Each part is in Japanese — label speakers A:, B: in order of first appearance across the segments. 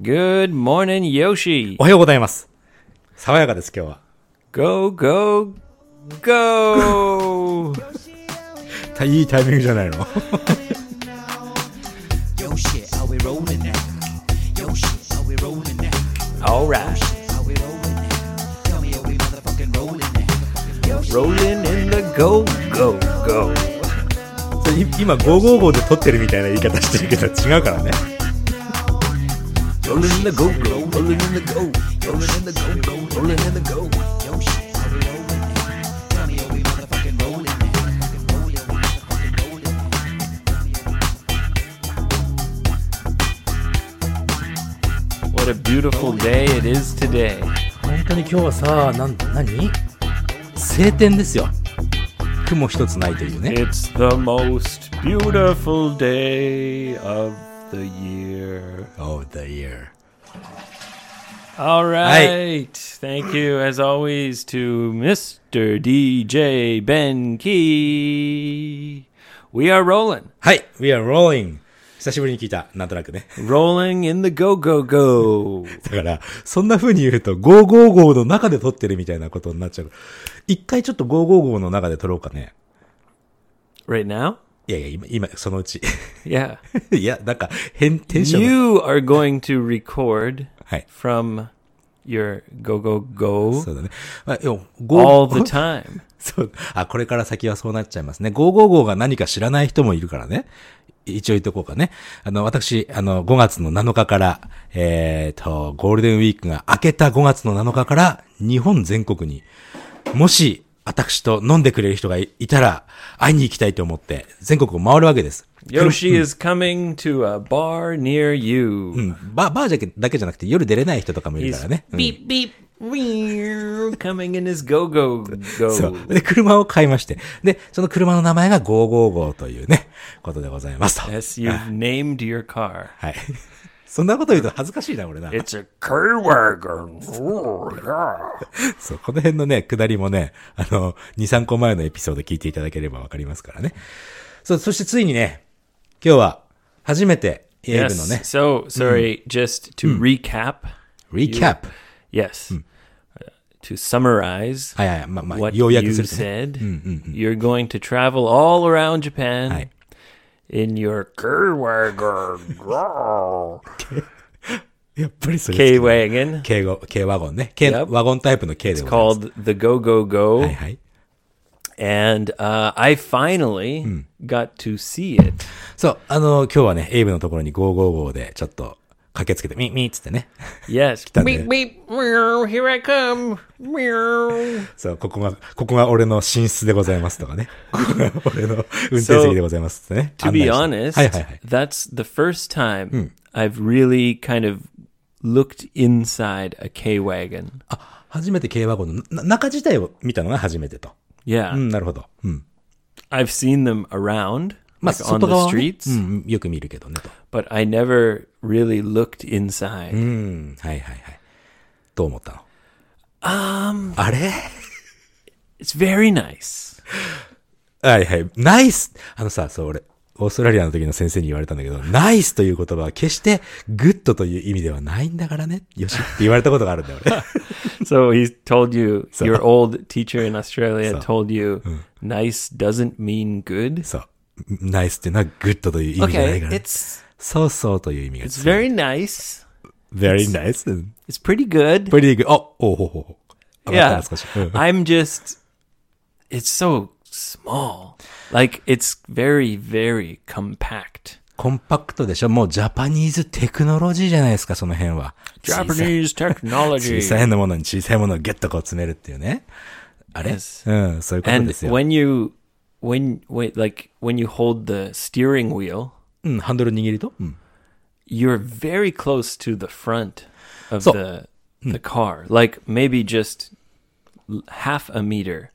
A: Good morning, Yoshi.
B: おはようございます。爽やかです、今日は。
A: Go, go, go.
B: たいいタイミングじゃ ないの
C: Yo shit, are we rolling now? Yo shit, are we rolling now?
A: All right.
C: Are we rolling now? Tell me, are we motherfucking rolling now? Yo shit,
A: Rolling in the go, go, go.
B: それい今、555で撮ってるみたいな言い方してるけど、違うからね。
A: Rolling in the go, go. Rolling in the go.
C: rolling in the go, go, rolling in the go. Yo shit, are we rolling now? Tell me, are we motherfucking rolling now? Fucking rolling, we motherfucking rolling now.
A: ご What a beautiful day it is today.
B: 本当に今日はさ、なん、何晴天ですよ。雲一つないというね。
A: It's the most beautiful day of the year.
B: Oh, the year.
A: All right. Thank you, as always, to Mr. DJ Ben Key. We are rolling.
B: はい、we are rolling. 久しぶりに聞いた、なんとなくね。
A: Rolling in the go, go, go.
B: だから、そんな風に言うと、555の中で撮ってるみたいなことになっちゃう。一回ちょっと555の中で撮ろうかね。
A: Right now?
B: いやいや、今、今、そのうち。
A: Yeah.
B: いや、なんか、変、テンションが。
A: You are going to record
B: はい。
A: from your go, go,
B: そ
A: go
B: うだね。まあ、よ、
A: all
B: 5
A: the time.
B: そう。あ、これから先はそうなっちゃいますね。555が何か知らない人もいるからね。一応言っとこうかね。あの、私、あの、5月の7日から、えー、と、ゴールデンウィークが明けた5月の7日から、日本全国に、もし、私と飲んでくれる人がいいたら、会いに行きたいと思って、全国を回るわけです。
A: Yoshi is coming to a bar near you.
B: うんバー、バーだけだけじゃなくて、夜出れない人とかもいるか
A: He's
B: らね。うん
A: beep, beep, meow, coming in his go, go,
B: そ
A: go.
B: う。で、車を買いまして。で、その車の名前が555というね、ことでございますと。
A: Yes, you've named your car.
B: はい。 そんなこと言うと恥ずかしいな、俺な。
A: It's a car wagon. Oh, yeah.
B: そう、この辺のね、下りもね、あの、2、3個前のエピソード聞いていただければわかりますからね。そう、そしてついにね、今日は、初めて、エイブの
A: Yes.
B: ね、
A: So, sorry, just to recap.
B: リキャップ。
A: Yes. Uh, To summarize
B: はいはい、まあまあ、
A: what
B: 要
A: you
B: 約するとね。
A: said, you're going to travel all around Japan
B: はい。
A: in your car wagon.
B: やっぱりそれ。
A: K wagon
B: 軽語、軽ワゴンね。軽、
A: Yep.
B: ワゴンタイプの軽でございます。
A: called the Go Go Go.
B: はいはい。
A: And uh, I finally got to see it.
B: そう、あの、今日はね、エイブのところに555で、ちょっと、駆けつけて、ミッミッつってね。
A: Yes.
B: たんで
A: Beep, beep, meow, here I come. Meow.
B: そう、ここが、ここが俺の寝室でございますとかね。 ここが俺の運転席でございますってね。
A: to
B: 案内
A: be honest,
B: してはいはいはい。
A: that's the first time I've really kind of looked inside a K wagon.
B: あ、初めて軽ワゴンのな中自体を見たのが初めてと。
A: Yeah,
B: うん、なるほど。うん。
A: I've seen them around,
B: まあ、
A: like on
B: 外
A: the
B: 側はね、
A: streets,
B: うん、よく見るけどねと。
A: but I never really looked inside.
B: うん、はいはいはい。どう思ったのあれ
A: It's very nice.
B: はいはい。ナイスあのさ、そう、俺、オーストラリアの時の先生に言われたんだけど、ナイスという言葉は決して、グッドという意味ではないんだからね。よしって言われたことがあるんだよ、俺。
A: So he told you, your old teacher in Australia told you, nice doesn't mean good.
B: そう。ナイスっていうのはグッドという意味じゃな
A: Okay,
B: いからね。
A: it's
B: そうそうという意味が
A: it's very nice.
B: very nice. and
A: It's pretty good.
B: Pretty good. あ、おほほほ。上
A: yeah
B: がったな少し。 うん
A: i'm just it's so small like it's very very compact
B: コンパクトでしょもうジャパニーズテクノロジーじゃないですか、その辺は。
A: japanese
B: 小
A: technology
B: さいのものに小さいものをギュッとこう詰めるっていうね。あれ
A: Yes.
B: うん、そういうこと
A: and
B: ですよ。
A: when you when wait like when you hold the steering wheel
B: うん、ハンドル握るとうん。
A: you're very close to the front of
B: So-
A: the the car like maybe just l- half a meter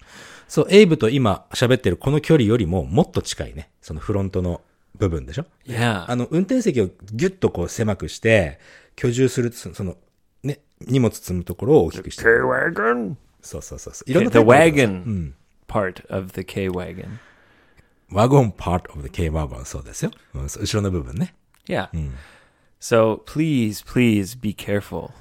B: そう、エイブと今喋ってるこの距離よりももっと近いね。そのフロントの部分でしょ
A: yeah
B: あの、運転席をギュッとこう狭くして、居住する、そその、ね、荷物積むところを大きくしてる。
A: wagon
B: そうそうそうそう。いろんなタ
A: the
B: イプがあるから
A: wagon part of the k wagon
B: ワゴン part of the K ワゴン、そうですよ。うんそう後ろの部分ね。
A: Yeah. So please, please be careful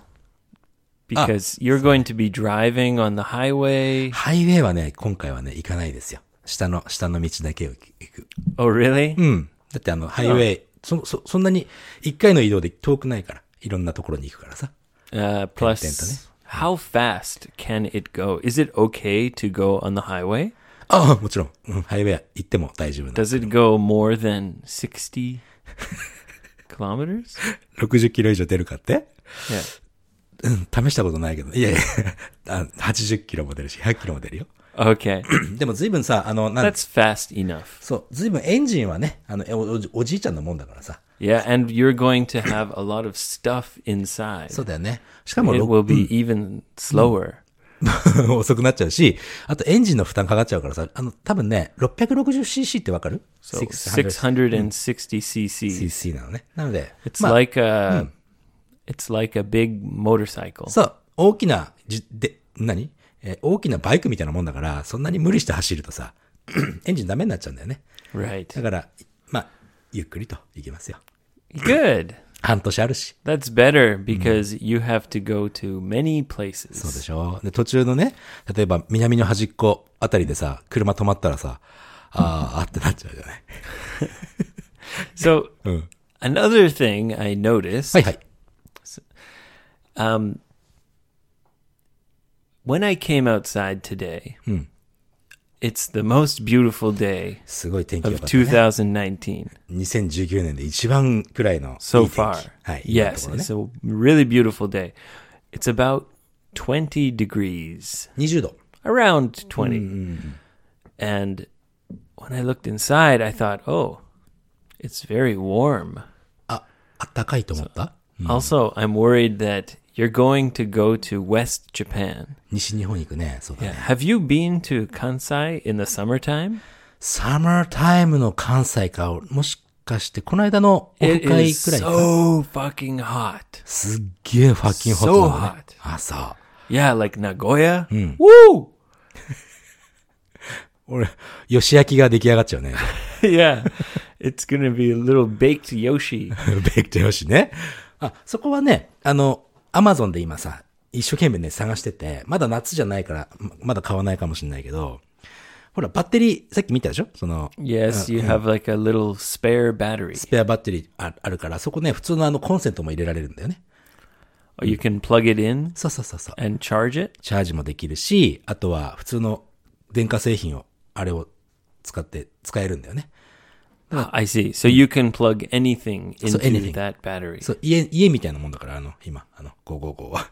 A: because you're goingと to be driving on the highway.
B: ハイウェイはね、今回はね、行かないですよ。下の、下の道だけを行く。
A: Oh, really?
B: うん。だってあの、ハイウェイ、そ、そ、そんなに、一回の移動で遠くないから。いろんなところに行くからさ。
A: Uh, plus, how fast can it go? Is it okay to go on the highway?
B: ああ、もちろん。うん、ハイウェイ行っても大丈夫な。
A: Does it go more than 60 kilometers?
B: 60キロ以上出るかって
A: Yeah.
B: うん、試したことないけど。いやいやあ、80キロも出るし、100キロも出るよ。
A: Okay.
B: でも随分さ、あの、なん
A: That's fast enough.
B: そう、随分エンジンはね、あの、えおおじおじいちゃんのもんだからさ。
A: Yeah, and you're going to have a lot of stuff inside.
B: そうだよね。しかも、
A: It
B: ろ
A: will be even slower.
B: 遅くなっちゃうし、あとエンジンの負担かかっちゃうからさ、あの、多分ね、660cc ってわかる
A: So 660 cc.
B: ?660cc なのね。なので、
A: It's
B: まあ、
A: like a it's like a big motorcycle.
B: そう、大きな、じ、で、何えー大きなバイクみたいなもんだから、そんなに無理して走るとさ、 エンジンダメになっちゃうんだよね。
A: Right.
B: だから、まあ、ゆっくりと行きますよ。
A: Good.
B: 半年あるし。
A: That's better because you have to go to many
B: そうで
A: places.
B: しょで、途中のね、例えば南の端っこあたりでさ、車止まったらさ、あー、あってなっちゃうじゃない
A: So
B: うん。
A: another thing I noticed
B: はいはい。
A: um when I came outside today, it's the most beautiful day
B: すごい天気良
A: of
B: かった、ね。
A: 2019.
B: 2019年で一番くらいのいい
A: so
B: 天気。
A: far.
B: はい。今のと
A: yes,
B: ころね
A: it's a really beautiful day. It's about 20 degrees,
B: 20度。
A: around 20. And when I looked inside, I thought, oh, it's very warm.
B: あ、あったかいと思った、
A: Also, I'm worried that you're going to go to West Japan.
B: 西日本行くね。そうだ
A: Yeah.
B: ね。
A: Have you been to Kansai in the summertime?
B: サマータイムの関西か、もしかして、この間のオフ
A: It
B: 会
A: is
B: くらいか。
A: so fucking hot.
B: すっげえファッキンホットなの、ね。
A: So
B: あ、そう。
A: Yeah, like Nagoya. Woo!
B: 俺、よし焼きが出来上がっちゃうね。
A: yeah. It's going to be a little baked Yoshi.
B: ベイクトよしね。あ、そこはね、あの、アマゾンで今さ、一生懸命ね、探してて、まだ夏じゃないから、ままだ買わないかもしれないけど、ほら、バッテリー、さっき見たでしょその、
A: Yes, you have like a little spare battery.
B: スペアバッテリーああるから、そこね、普通のあのコンセントも入れられるんだよね。
A: Or you can plug it in
B: そうそうそうそう。
A: and charge it.
B: チャージもできるし、あとは普通の電化製品を、あれを使って使えるんだよね。
A: Ah, I see. So you can plug Hmm. anything into
B: anything.
A: that battery.
B: そう、家、家みたいなもんだから、あの、今、あの、555は。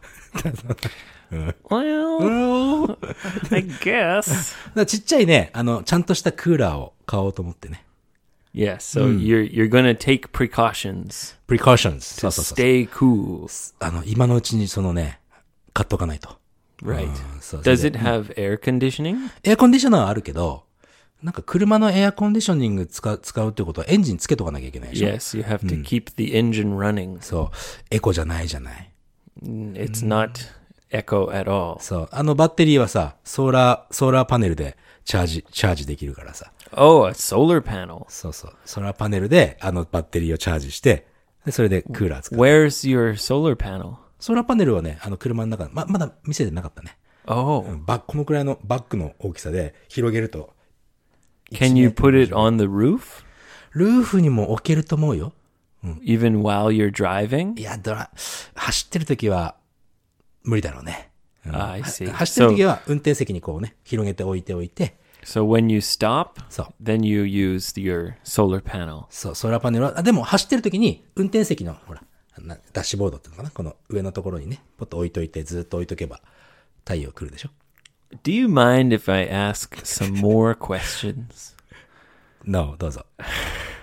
A: well, I guess.
B: だからちっちゃいね、あの、ちゃんとしたクーラーを買おうと思ってね。
A: Yeah, so you're you're going to take precautions to
B: precautions. そうそうそう。
A: stay cool.
B: あの、今のうちにそのね、買っとかないと。
A: Right. Hmm.
B: そう
A: Ah. Does it have air conditioning?
B: エアコンディショナーはあるけど、なんか車のエアコンディショニング使う、使うってことはエンジンつけとかなきゃいけないでしょ。
A: Yes, you have to keep the engine running.
B: そう。エコじゃないじゃない。
A: It's not echo at all.
B: そう。あのバッテリーはさ、ソーラー、ソーラーパネルでチャージ、チャージできるからさ。
A: Oh, a solar panel.
B: そうそう。ソーラーパネルであのバッテリーをチャージして、で、それでクーラー使う。
A: Where's your solar panel?
B: ソーラーパネルはね、あの車の中、ま、まだ店でなかったね。
A: Oh.
B: バッこのくらいのバッグの大きさで広げると
A: Can you put it on the roof
B: ルーフにも置けると思うよ。
A: even while you're driving?
B: いや、ドラ、走ってる時は無理だろうね。
A: Ah, I see.
B: 走ってる時
A: So,
B: は運転席にこうね、広げておいておいて、
A: so when you stop,
B: そう。
A: then you use your solar panel.
B: そう、ソーラーパネルは、あでも走ってる時に運転席の、ほら、なダッシュボードっていうのかなこの上のところにね、ポッと置いといて、ずっと置いとけば、太陽来るでしょ
A: Do you mind if I ask some more questions?
B: ?No, ど うぞ。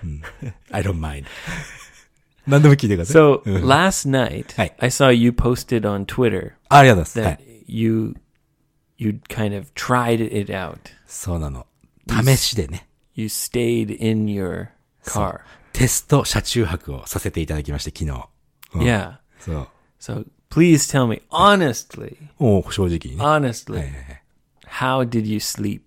B: うん、I don't mind. 何でも聞いてください。
A: So last night,
B: Hi.
A: I saw you posted on Twitter
B: ありがとうござい
A: that
B: ます。はい。
A: you you kind of tried it out.
B: そうなの。試しでね。
A: You stayed in your car.
B: テスト車中泊をさせていただきまして、昨日。うん
A: Yeah.
B: そう。
A: So please tell me honestly,
B: もう正直にね。
A: honestly,
B: はいはいはい
A: how did you sleep?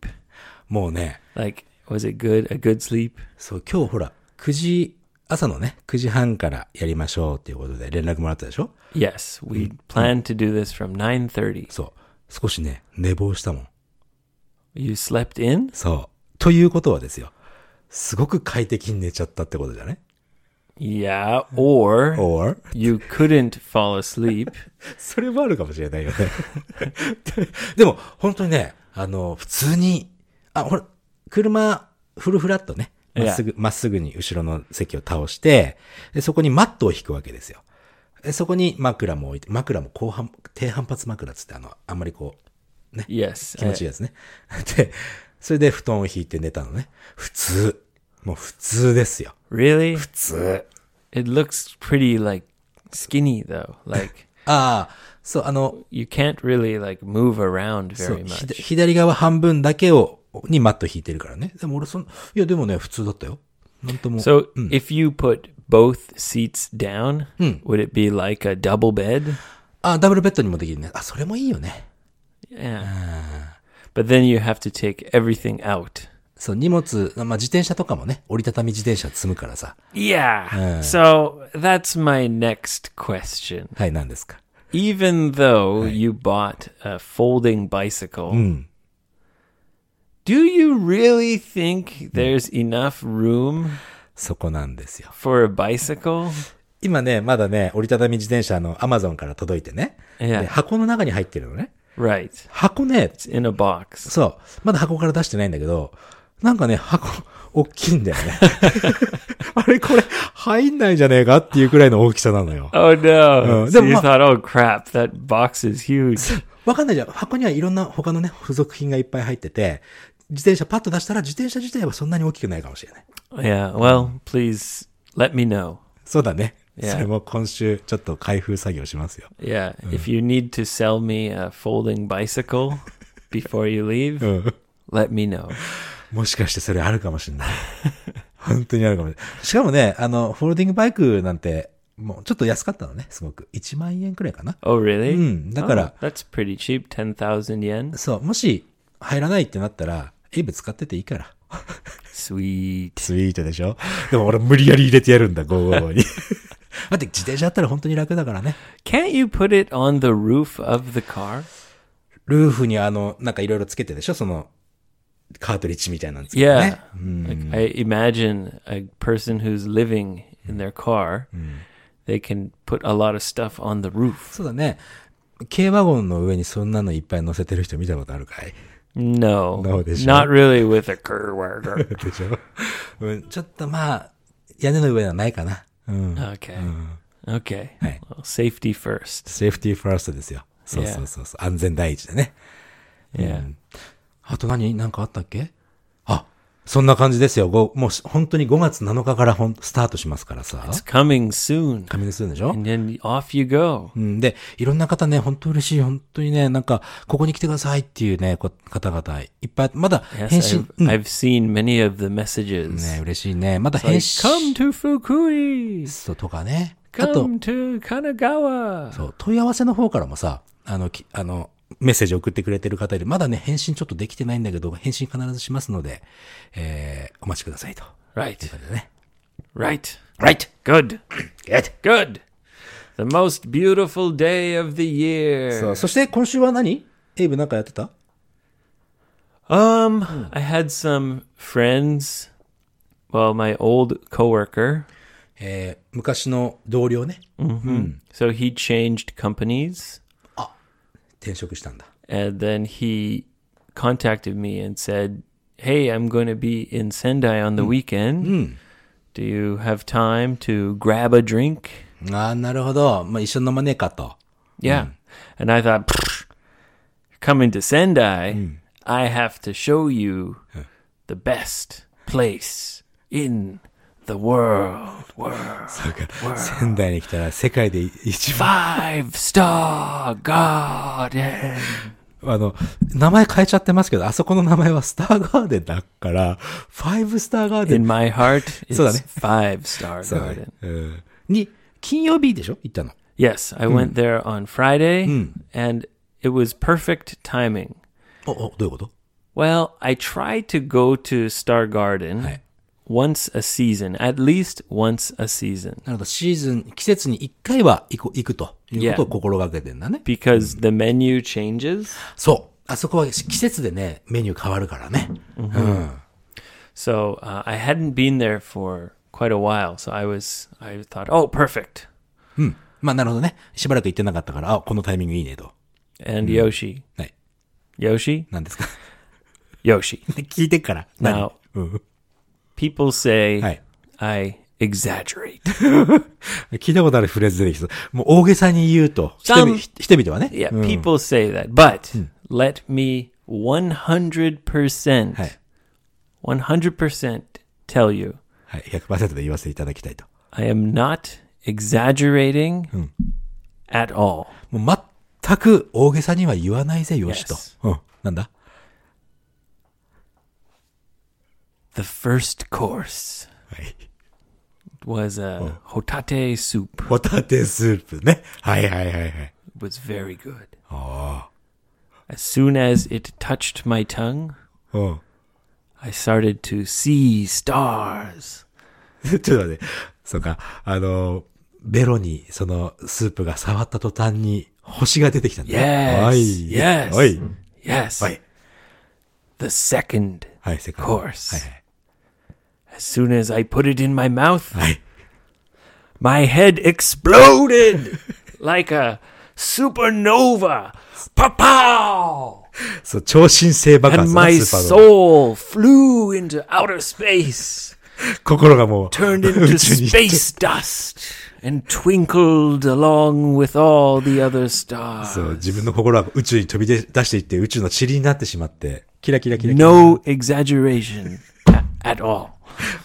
B: もうね、
A: Like, was it good? A good sleep?
B: そう、今日ほら、9時朝のね、9時半からやりましょうっていうことで連絡もらったでしょ
A: Yes, we planned to do this from 9:30.
B: そう。少しね、寝坊したもん。
A: You slept in?
B: そう。ということはですよ。すごく快適に寝ちゃったってことじゃない
A: Yeah, or
B: ?or?
A: you couldn't fall asleep.
B: それもあるかもしれないよね。 でも、本当にね、あの、普通に、あ、ほら、車、フルフラットね。
A: いや
B: まっすぐ、まっすぐに後ろの席を倒して、で、そこにマットを引くわけですよ。でそこに枕も置いて、枕も後半、低反発枕っつって、あの、あんまりこう、
A: Yes. Uh,
B: 気持ちいいやつね。で、それで布団を引いて寝たのね。普通。もう普通ですよ。
A: Really?
B: 普通。
A: It looks pretty like skinny though. Like
B: ああ、そう、あの、
A: you can't really like move around
B: そう
A: very
B: ひ
A: much.
B: だ左側半分だけを、にマット引いてるからね。でも俺そん、いやでもね、普通だったよ。なんとも。
A: So if you put both seats down, would it be like a double bed?
B: あ、ダブルベッドにもできるね。あ、それもいいよね。
A: Yeah. But then you have to take everything out.
B: そう、荷物、まあ、自転車とかもね、折りたたみ自転車積むからさ。
A: Yeah. So that's my next question.
B: はい、何ですか。
A: Even though you bought a folding bicycle,
B: Hmm.
A: do you really think there's enough room
B: そこなんですよ。
A: for a bicycle?
B: 今ね、まだね、折りたたみ自転車あの、アマゾンから届いてね。
A: いや
B: で箱の中に入ってるのね。
A: Right.
B: 箱ね、
A: It's in a box.
B: そう、まだ箱から出してないんだけど、なんかね、箱、大きいんだよね。あれこれ、入んないんじゃねえかっていうくらいの大きさなのよ。
A: Oh no.
B: Uh,
A: so
B: the
A: you
B: mo-
A: thought, oh crap, that box is huge.
B: わかんないじゃん。箱にはいろんな他のね、付属品がいっぱい入ってて、自転車パッと出したら自転車自体はそんなに大きくないかもしれない。
A: yeah. Well, please let me know.
B: そうだね。
A: Yeah.
B: それも今週ちょっと開封作業しますよ。
A: Yeah.
B: Uh.
A: If you need to sell me a folding bicycle before you leave,
B: うん。
A: let me know.
B: もしかしてそれあるかも しれない。本当にあるかもしれない。しかもね、あの、フォールディングバイクなんて、もうちょっと安かったのね、すごく。1万円くらいかな。
A: Oh, really?
B: うん。だから、
A: Oh, that's pretty cheap, 10,000 yen.
B: そう、もし入らないってなったら、エイブ使ってていいから。
A: Sweet.
B: スイートでしょでも俺無理やり入れてやるんだ、555に。 だって自転車あったら本当に楽だからね。
A: Can't you put it on the roof of the car?
B: ルーフにあの、なんかいろいろつけてでしょその、カートリッジみたいなのつけて
A: Yeah.
B: ね。
A: Like, I imagine a person who's living in their car, they can put a lot of stuff on the roof.
B: そうだね。軽ワゴンの上にそんなのいっぱい乗せてる人見たことあるかい
A: No.
B: No, they
A: Not
B: should.
A: really with a car.
B: でしょ、うん、ちょっとまあ、屋根の上はないかな。うん。
A: okay. Okay.
B: はい。
A: Well, safety first.
B: セーフティーファーストですよ。そうそうそうそう。安全第一でね。Hmm.
A: Yeah.
B: あと何なんかあったっけあ、そんな感じですよ。ごもうし本当に5月7日からほんスタートしますからさ。
A: It's coming soon.
B: 紙にするんでしょ
A: And then off you go.
B: うん、で、いろんな方ね、本当嬉しい、本当にね、なんか、ここに来てくださいっていうね、こ方々、いっぱい、まだ、返
A: Yes,
B: 信
A: I've,、
B: うん、ね、
A: I've seen many of the messages.
B: 嬉しいね。まだ
A: Like,
B: 返信
A: come to Fukui.
B: とかね。あと、
A: Come to Kanagawa.
B: そう、問い合わせの方からもさ、あの、きあの、メッセージ送ってくれてる方いる。まだね、返信ちょっとできてないんだけど、返信必ずしますので、えー、お待ちくださいと。
A: Right.
B: でね。
A: Right.
B: Right!
A: Good.
B: Good!
A: Good. The most beautiful day of the
B: そ
A: year.
B: う、そして今週は何エイブなんかやってた
A: Um, I had some friends. Well, my old coworker.
B: えー、昔の同僚ね、
A: So he changed companies,
B: 転職したんだ。
A: and then he contacted me and said, "Hey, I'm going to be in Sendai on the weekend. Do you have time to grab a drink?"
B: ああ、なるほど。まあ、一緒に飲まねえかと。
A: Yeah. Mm. And I thought, "Pfft, coming to Sendai, I have to show you the best place in the world. world.
B: なんか仙台に来たら世界で一番、
A: Five star garden.
B: あの、名前変えちゃってますけど、あそこの名前はスターガーデンだから、ファイブスターガーデン
A: In my heart,
B: So
A: it's
B: that-
A: five star
B: そうだ
A: garden.
B: ねうんに、金曜日でしょ行ったの。
A: Yes, I went there on Friday and it was perfect timing.
B: お、お、どういうこと
A: Well, I tried to go to Star Garden
B: Hi.
A: once a season, at least once a season,
B: なるほど、シーズン、季節に1回は行く行くというこ
A: Yeah.
B: とを心がけてんだね。
A: because the menu changes.
B: そう。あそこは季節でね、メニュー変わるからね。
A: So uh, I hadn't been there for quite a while. So I was, I thought, oh, perfect.
B: うん。まあなるほどね。しばらく行ってなかったから、あ、このタイミングいいねと。
A: And Yoshi,
B: はい。
A: Yoshi,
B: 何ですか
A: Yoshi.
B: 聞いてっから。何
A: Now, people say
B: はい。
A: I exaggerate.
B: 聞いたことあるフレーズ出てきた。もう大げさに言うと。して
A: さん
B: み、してみてはね。
A: Yeah,
B: うん
A: people say that. But let me 100%,
B: はい。
A: 100% tell you,
B: はい。100%で言わせていただきたいと。
A: I am not exaggerating at all.
B: もう全く大げさには言わないぜ、よしと
A: Yes.。
B: うん。なんだ
A: The first course
B: はい。
A: was a hotate soup.
B: ホタテスープね。はいはいはいはい。
A: It was very good. As soon as it touched my tongue,
B: うん。
A: I started to see stars.
B: ちょっと待って。そうか。あの、ベロに、その、スープが触った途端に、星が出てきたんだ
A: Yes.
B: はい。
A: Yes.
B: はい。
A: Yes.
B: はい。
A: The second
B: はい、セカンド。はい
A: course. As soon as I put it in my mouth,
B: はい。はい。
A: my head exploded like a supernova. Pow!
B: そう、超新星爆
A: And
B: 発だ
A: my
B: スーパー
A: soul
B: の。
A: flew into outer space,
B: 心がもう、
A: turned
B: 宇
A: into
B: 宙に
A: space dust, and twinkled along with all the other
B: そう、
A: stars.
B: 自分の心は宇宙に飛び出出していって、宇宙の塵になってしまって、キラキラキラキラ。
A: No exaggeration a- at all.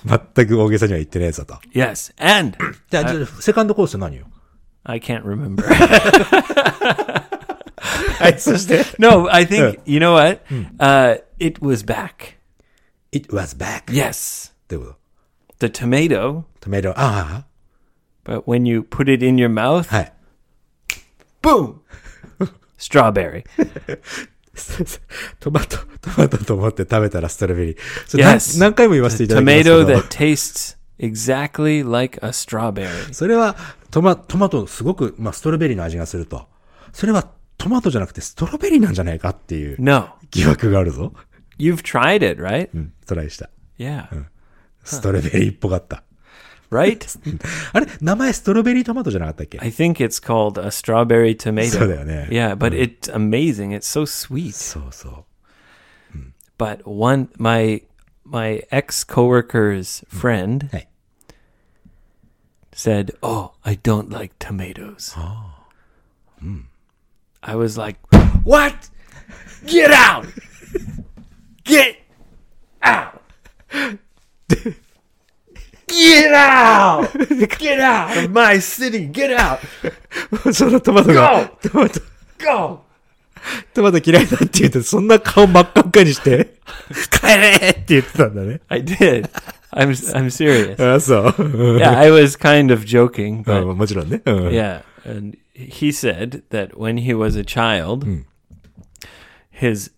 B: 全く大げさには言ってないやつだと。
A: Yes, and
B: じゃあ、じゃあセカンドコースは何よ
A: I can't remember.
B: はい、そして。
A: No, I think you know what? Uh, it was back.
B: It was back.
A: Yes,
B: ってこと。
A: the tomato,
B: トメロ、あ
A: but when you put it in your mouth,
B: あ、はい。
A: boom, strawberry.
B: トマト、トマトと思って食べたらストロベリー。それ
A: Yes.
B: 何何回も言わせていただきますけど
A: Tomato that tastes exactly like a strawberry.
B: それは、トマ、トマト、すごく、まあ、ストロベリーの味がすると。それは、トマトじゃなくてストロベリーなんじゃないかっていう
A: No,
B: 疑惑があるぞ。
A: you've tried it, right?
B: うん、トライした。
A: Yeah,
B: ストロベリーっぽかった。
A: right.
B: あれ名前ストロベリートマトじゃなかったっけ
A: I think it's called a strawberry tomato.
B: そうだよね。
A: Yeah, Hmm. but it's amazing. It's so sweet.
B: そうそう。
A: But one my my ex coworker's friend
B: はい。
A: said, "Oh, I don't like tomatoes." I was like,
B: What?
A: "Get out! Get out! Get out! Get out of my city! Get out!
B: そのトマトが、トマト、
A: Go!
B: トマト嫌いだって言って、そんな顔真っ赤っかにして、 帰れって言ってたんだね。
A: I did. I'm I'm serious.
B: あ、そう。
A: Yeah, I was kind of joking,
B: う
A: but
B: ん、もちろんね。うん。
A: yeah, and he said that when he was a child, his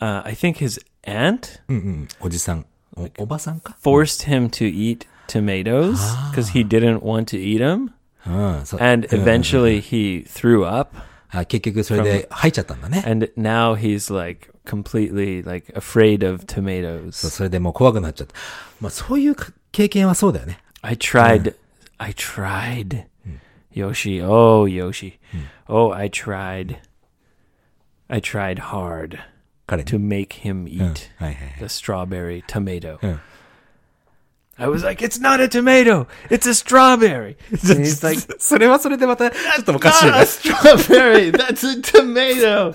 A: uh, I think his aunt
B: うんうん。おじさん。おおばさんか
A: forced him to eat tomatoes because he didn't want to eat them.
B: うん、そう。
A: And eventually he threw up
B: あ結局それで入っちゃったんだね。
A: and now he's like completely like afraid of
B: そう
A: tomatoes.
B: それでもう怖くなっちゃった。まあそういうか経験はそうだよね。
A: I tried I tried Yoshi. Oh, Yoshi. Oh, I tried. I tried hard
B: 彼ね
A: to make him eat
B: はいはいはい。
A: the strawberry tomato.
B: Yeah.
A: I was like, it's not a tomato, it's a strawberry. and he's like,
B: それはそれでまた、ちょっとおかしい
A: not
B: な
A: a。strawberry, that's a tomato.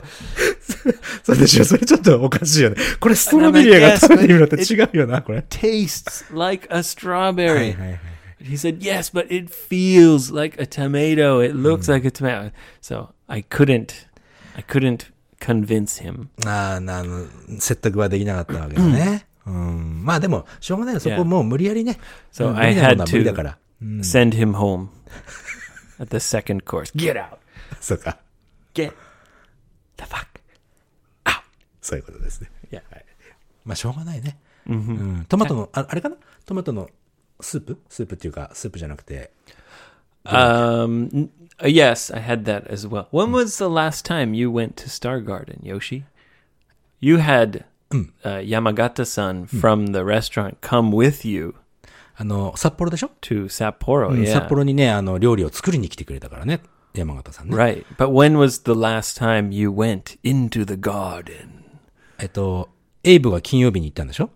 B: そうでしょ、それちょっとおかしいよね。これストロベリアが食べてみるの って違うよな、これ。
A: tastes like a strawberry.
B: い。
A: He said, yes, but it feels like a tomato. It looks like a tomato. So I couldn't, I couldn't convince him.
B: あーなあの、説得はできなかったわけだね。うん。まあでも、しょうがないよ。そこ
A: Yeah.
B: もう無理やりね。
A: So
B: うん無
A: I
B: 理なもの
A: had
B: は無理だから
A: to。send him home at the second course. Get out.
B: そうか。
A: Get the fuck.
B: そういうことですね。
A: Yeah.
B: まあしょうがないね。うんトマトの、ああれかなトマトのスープスープっていうか、スープじゃなくて、
A: Um, n- uh, yes, I had that as well. When was the last time you went to Star Garden, Yoshi? You had uh, Yamagata-san from the restaurant come with you
B: あの、札幌でしょ、
A: to Mm, Sapporo.
B: うん
A: yeah,
B: 札幌にね、あの、料理を作りに来てくれたからね。山形さんね。
A: right. But when was the last time you went into the garden?
B: えっと、エイブが金曜日に行ったんでしょ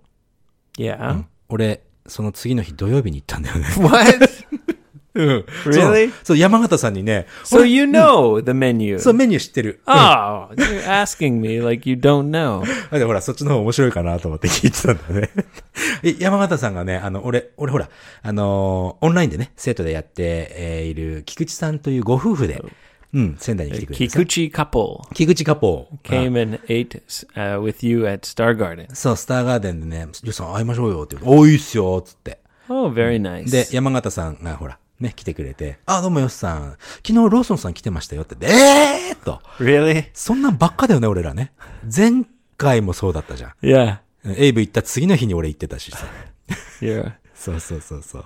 A: Yeah.
B: 俺、その次の日土曜日に行ったんだよね。
A: What?
B: うん。
A: Really?
B: そうそう、山形さんにね、
A: so you know the menu.
B: そう、メニュー知ってる。
A: oh, you're asking me like you don't know.
B: だってほら、そっちの方面白いかなと思って聞いてたんだね。 え山形さんがね、あの、俺、俺ほら、あのーオンラインでね、生徒でやってえーいる菊池さんというご夫婦で、うん、仙台に来てくれてさ。
A: Kikuchi couple
B: 菊池カポー。
A: came and ate uh, with you at Star Garden.
B: そう、スターガーデンでね、りょうさん会いましょうよって言うと、おーいいっすよ、つって。
A: Oh, very nice.
B: で、山形さんがほら、ね、来てくれて、あ、どうもよしさん、昨日ローソンさん来てましたよって、えーっと、
A: really?
B: そんなんばっかだよね、俺らね。前回もそうだったじゃん。
A: Yeah.
B: エイブ行った次の日に俺行ってたしさ。
A: Yeah.
B: そうそうそうそう。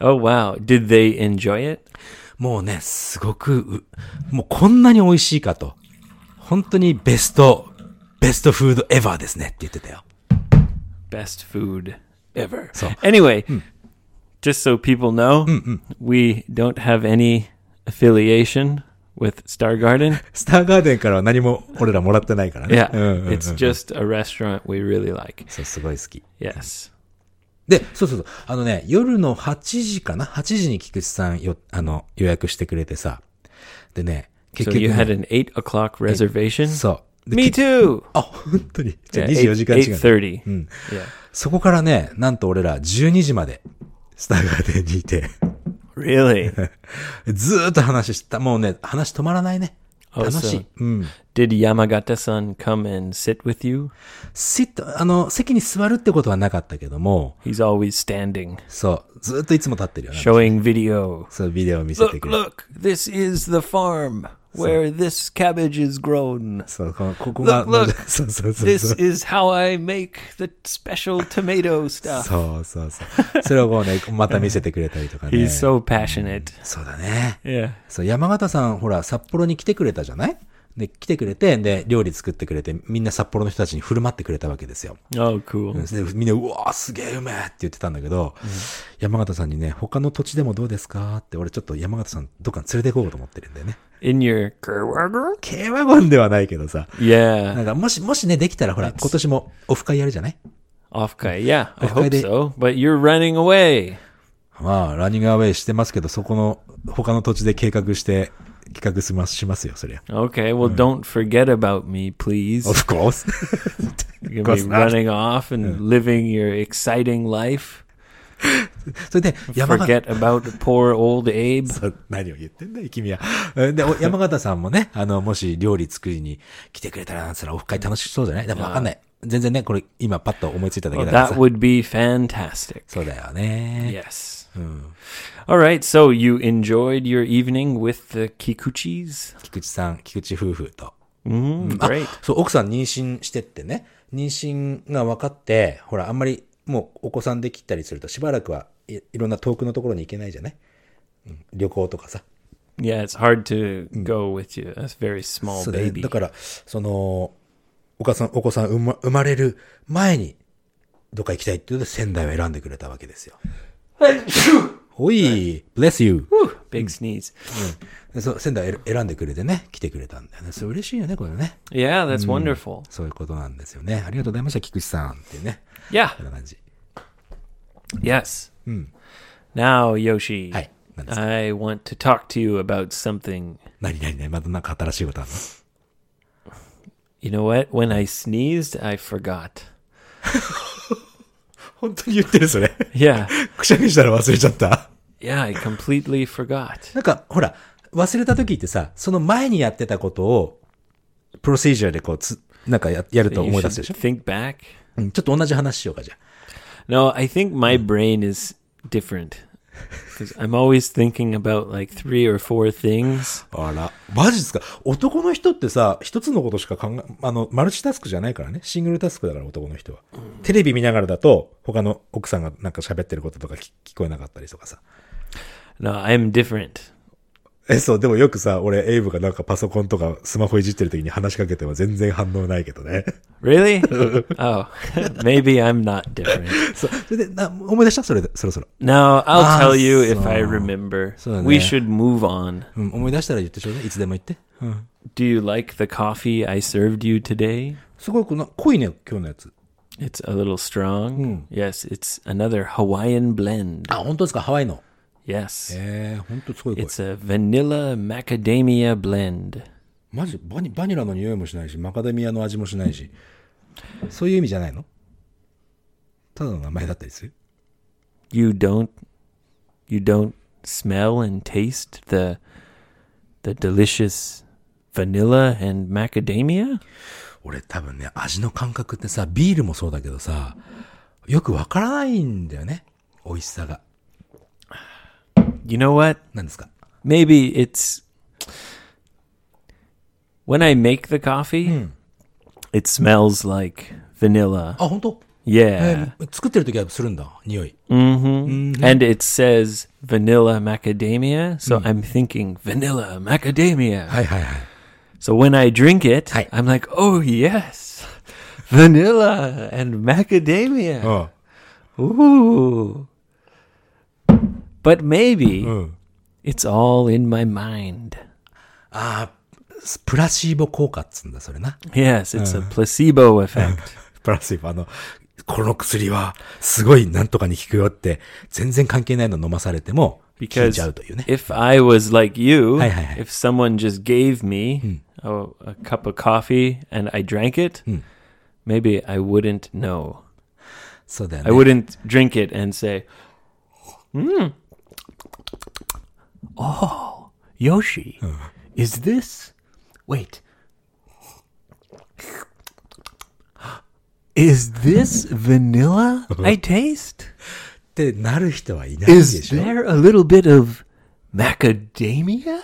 A: Oh wow. Did they enjoy it?
B: もうね、すごくう、もうこんなに美味しいかと。本当にベスト、ベストフードエヴァーですねって言ってたよ。
A: Best food ever.
B: So-
A: anyway, just so people know, we don't have any affiliation with Star Garden.
B: スターガーデンからは何も俺らもらってないからね。
A: Yeah.
B: うんうん
A: It's just a restaurant we really like.
B: そう、すごい好き。
A: Yes.
B: で、そうそうそう。あのね、夜の8時かな ?8 時に菊池さんよ、あの、予約してくれてさ。でね、結
A: So
B: 局ね、
A: you had an eight o'clock reservation?
B: そう。で
A: Me
B: き
A: too.
B: あ、本当に。じゃあ
A: Yeah,
B: 24
A: 8,
B: 時間違う。
A: 8.30. Yeah.
B: そこからね、なんと俺ら12時まで、スターガーデンにいて。
A: Really?
B: ずーっと話した。もうね、話止まらないね。
A: あ
B: 楽しい。うん。
A: Did Yamagata-san come and sit with you?
B: シット、あの、席に座るってことはなかったけども、
A: He's always standing,
B: そう、ずーっといつも立ってるよね。
A: showing video.
B: そう、ビデオを見せて
A: Look,
B: くれる。
A: look, this is the farm where this cabbage is grown.
B: そう、このここが、
A: Look, look.
B: そうそうそう
A: This
B: そう。
A: is how I make the special tomato stuff.
B: そうそうそう。それをこうね、また見せてくれたりとか ね。
A: He's so passionate.
B: そうだね。
A: Yeah.
B: そう、山形さん、ほら、札幌に来てくれたじゃないで、来てくれて、で、料理作ってくれて、みんな札幌の人たちに振る舞ってくれたわけですよ。
A: Oh, cool.
B: でみんな、うわーすげえうめえって言ってたんだけど、山形さんにね、他の土地でもどうですかって、俺ちょっと山形さんどっかに連れて行こうと思ってるんだよね。
A: In your
B: 軽ワゴンではないけどさ。な
A: yeah
B: んか、もし、もしね、できたらほら、今年もオフ会やるじゃない
A: off guy. Yeah, I hope
B: オフ会で。
A: so. But you're running away.
B: まあ、ランニングアウェイしてますけど、そこの、他の土地で計画して、企画します、しますよ、そりゃ。
A: Okay. Well, don't forget about me, please.
B: Hmm. Of course.
A: You're gonna
B: course
A: be
B: not.
A: running off and living your exciting life.
B: それで、山形
A: Forget about poor old Abe.
B: そう何を言ってんだよ、君は。うんで、お山形さんもね、あの、もし料理作りに来てくれたら、なんつったらオフ会楽しそうじゃないでもわかんない。全然ね、これ今パッと思いついただけ
A: Well,
B: だからさ
A: that。would be fantastic.
B: そうだよね。
A: Yes.
B: Hmm.
A: All right. So you enjoyed your evening with the Kikuchis?
B: 菊池さん、菊池夫婦と。
A: Mm, great.
B: そう、奥さん妊娠してってね、妊娠が分かって、ほら、あんまりもうお子さんできたりすると、しばらくはいいろんな遠くのところに行けないじゃない、うん旅行とかさ。
A: Yeah, it's hard to
B: Mm.
A: go with you a very small
B: そうだね
A: baby.
B: だから、その、お母さん、お子さん生ま生まれる前に、どっか行きたいっていうので仙台を選んでくれたわけですよ。おい、bless you. Mm.
A: Big sneeze.
B: でそう仙台を選選んでくれてね、来てくれたんだよね。それ嬉しいよね、これね。
A: Yeah, that's
B: Mm.
A: wonderful.
B: そういうことなんですよね。ありがとうございました、菊池さんっていうね。
A: Yeah.
B: こんな感じ。
A: Yes. Now, Yoshi,
B: はい。何ですか
A: I want to talk to you about something.
B: 何何何またなんか新しいことあるの
A: You know what? When I sneezed, I forgot.
B: 本当に言ってる、それ。
A: Yeah.
B: くしゃみしたら忘れちゃった。
A: Yeah, I completely forgot.
B: なんか、ほら、忘れた時ってさ、その前にやってたことを、プロセージャーでこう、つ、なんかややると
A: You
B: 思い出
A: should
B: すでしょ、
A: think back.
B: うんちょっと同じ話しようか、じゃあ。
A: No, I think my brain is different. 'Cause I'm always thinking about like three or four things.
B: あら。マジですか男の人ってさ、一つのことしか考え、あの、マルチタスクじゃないからね。シングルタスクだから男の人は。テレビ見ながらだと、他の奥さんがなんか喋ってることとか聞聞こえなかったりとかさ。
A: No, I'm different.
B: え、そう、でもよくさ、俺、エイブがなんかパソコンとかスマホいじってる時に話しかけても全然反応ないけどね。
A: Really? oh, maybe I'm not different.
B: そう。それで、な思い出したそれで、そろそろ。
A: No, I'll
B: Ah,
A: tell you if
B: so-
A: I remember.
B: so
A: we
B: there.
A: should move on.
B: うん、思い出したら言ってちょうだい。いつでも言って。うん。
A: Do you like the coffee I served you today?
B: すごくな、濃いね、今日のやつ。
A: It's a little strong. Yes, it's another Hawaiian blend.
B: あ、本当ですかハワイの。
A: Yes.
B: ええー、本当すごい濃い。
A: It's a vanilla macadamia blend.
B: マジバニバニラの匂いもしないし、マカダミアの味もしないし。そういう意味じゃないのただの名前だったりする
A: You don't you don't smell and taste the the delicious vanilla and macadamia?
B: 俺多分ね、味の感覚ってさ、ビールもそうだけどさ、よくわからないんだよね。美味しさが。
A: You know what?
B: 何ですか
A: Maybe it's when I make the coffee, it smells like vanilla.
B: あ、本当
A: Yeah.
B: えー作ってる時はするんだ、匂い。
A: And it says vanilla macadamia, so I'm thinking vanilla macadamia.
B: いはいはい。
A: So when I drink it,
B: Hi.
A: I'm like, oh yes, vanilla and macadamia.
B: うん。
A: Ooh. But maybe
B: うん。
A: it's all in my mind.
B: あープラシーボ効果っつうんだ、それな。
A: Yes, it's a placebo effect.
B: プラス、あの、この薬は、すごいなんとかに効くよって、全然関係ないの飲まされても、効いち
A: Because
B: ゃうというね。
A: if I was like you,
B: Hi, hi, Hmm. hi.
A: if someone just gave me a, a cup of coffee and I drank it,
B: Hmm.
A: maybe I wouldn't know.
B: そうだよ
A: I
B: ね。
A: wouldn't drink it and say, hmm, oh, Yoshi,
B: Uh.
A: is this? Wait. Is this vanilla I taste?
B: ってなる人はいないで
A: Is
B: しょ。
A: there a little bit of macadamia?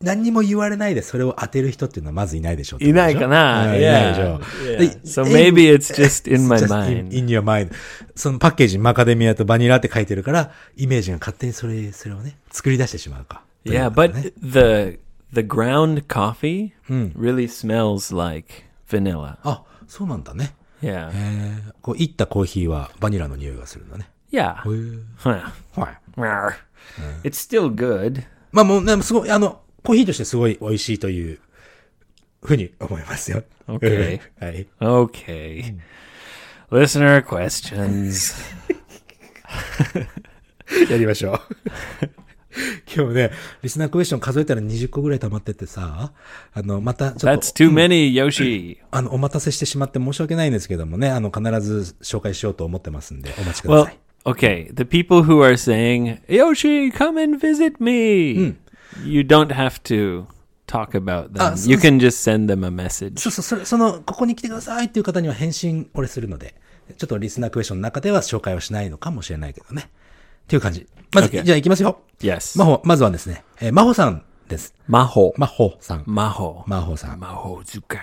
B: 何にも言われないでそれを当てる人っていうのはまずいないでしょうってことでしょ。うんいないでしょ
A: いないかな？Yeah.
B: う。
A: Yeah. So maybe it's just in my
B: just
A: mind.
B: In, in your mind. そのパッケージにマカデミアとバニラって書いてるから、イメージが勝手にそれ、それをね、作り出してしまうか。
A: Yeah,
B: ということ
A: but
B: だね
A: the the ground coffee
B: Hmm.
A: really smells like vanilla.
B: あ、そうなんだね。え
A: Yeah.
B: ー、こう、いったコーヒーはバニラの匂いがするんだね。
A: Yeah.
B: へー
A: Huh.
B: はい。
A: Rawr. It's still good.
B: まあもう、ね、すごい、あの、コーヒーとしてすごい美味しいという、ふうに思いますよ。
A: Okay.
B: はい。
A: Okay.
B: Hmm.
A: Listener questions.
B: やりましょう。 今日ね、リスナークエスチョン数えたら20個ぐらい溜まってってさ、あの、また、ちょっ
A: That's
B: と、
A: too many, Yoshi.
B: あの、お待たせしてしまって申し訳ないんですけどもね、あの、必ず紹介しようと思ってますんで、お待ちくだ
A: Well,
B: さい。
A: okay. The people who are saying, Yoshi, come and visit me.
B: Hmm.
A: You don't have to talk about them.
B: Ah, so-
A: you can just send them a message.
B: そうそう、それ、その、ここに来てくださいっていう方には返信、俺するので、ちょっとリスナークエスチョンの中では紹介はしないのかもしれないけどね。っていう感じ。まず、
A: Okay.
B: じゃあ行きますよ。
A: Yes.
B: まほ、まずはですね、えー、まほさんです。
A: Maho.
B: まほさん。
A: Maho.
B: まほさん。
A: Maho Zukai.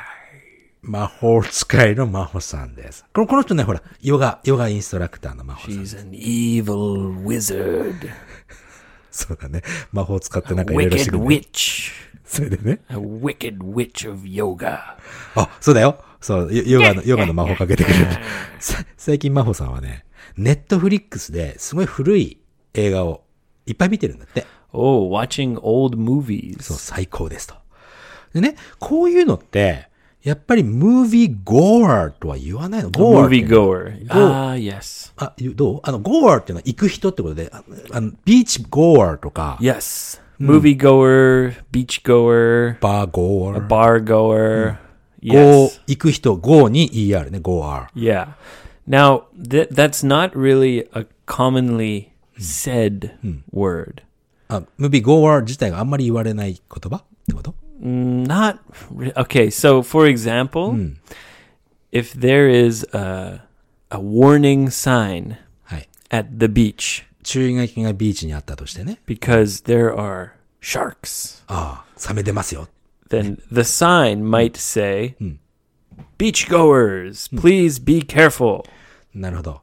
B: 魔法使いの魔法さんです。このこの人ね、ほら、ヨガ、ヨガインストラクターの魔法さん。
A: He's an evil wizard.
B: そうだね。魔法使ってなんかいろいろし
A: Wicked
B: てくれる。
A: witch.
B: それでね。
A: A wicked witch of yoga.
B: あ、そうだよ。そう、ヨヨガの、ヨガの魔法かけてくれる。さ最近魔法さんはね、ネットフリックスですごい古い映画をいっぱい見てるんだって。
A: Oh, watching old movies.
B: そう、最高ですと。でね、こういうのって、やっぱりムービーゴーアーとは言わないの。ゴーアーって
A: movie goer. Ah, yes.
B: あ、言うどうあの、ゴーアーっていうのは行く人ってことで、ああの、ビーチゴーアーとか、
A: Yes. Hmm. Movie goer, beach goer,
B: バーゴーアー。
A: bar Hmm. goer.
B: ゴ
A: Yes.
B: ー、行く人、ゴーに ER ね、ゴー R。
A: Yeah. Now, th- that's not really a commonly said word.
B: あ、ムービーゴー R 自体があんまり言われない言葉ってこと
A: Not re- okay. So, for example, if there is a a warning sign
B: はい。
A: at the beach
B: 注意書きがビーチにあったとしてね。
A: because there are sharks.
B: ああ、サメ出ますよ。
A: Then the sign might say, Beachgoers, please be careful.
B: なるほど。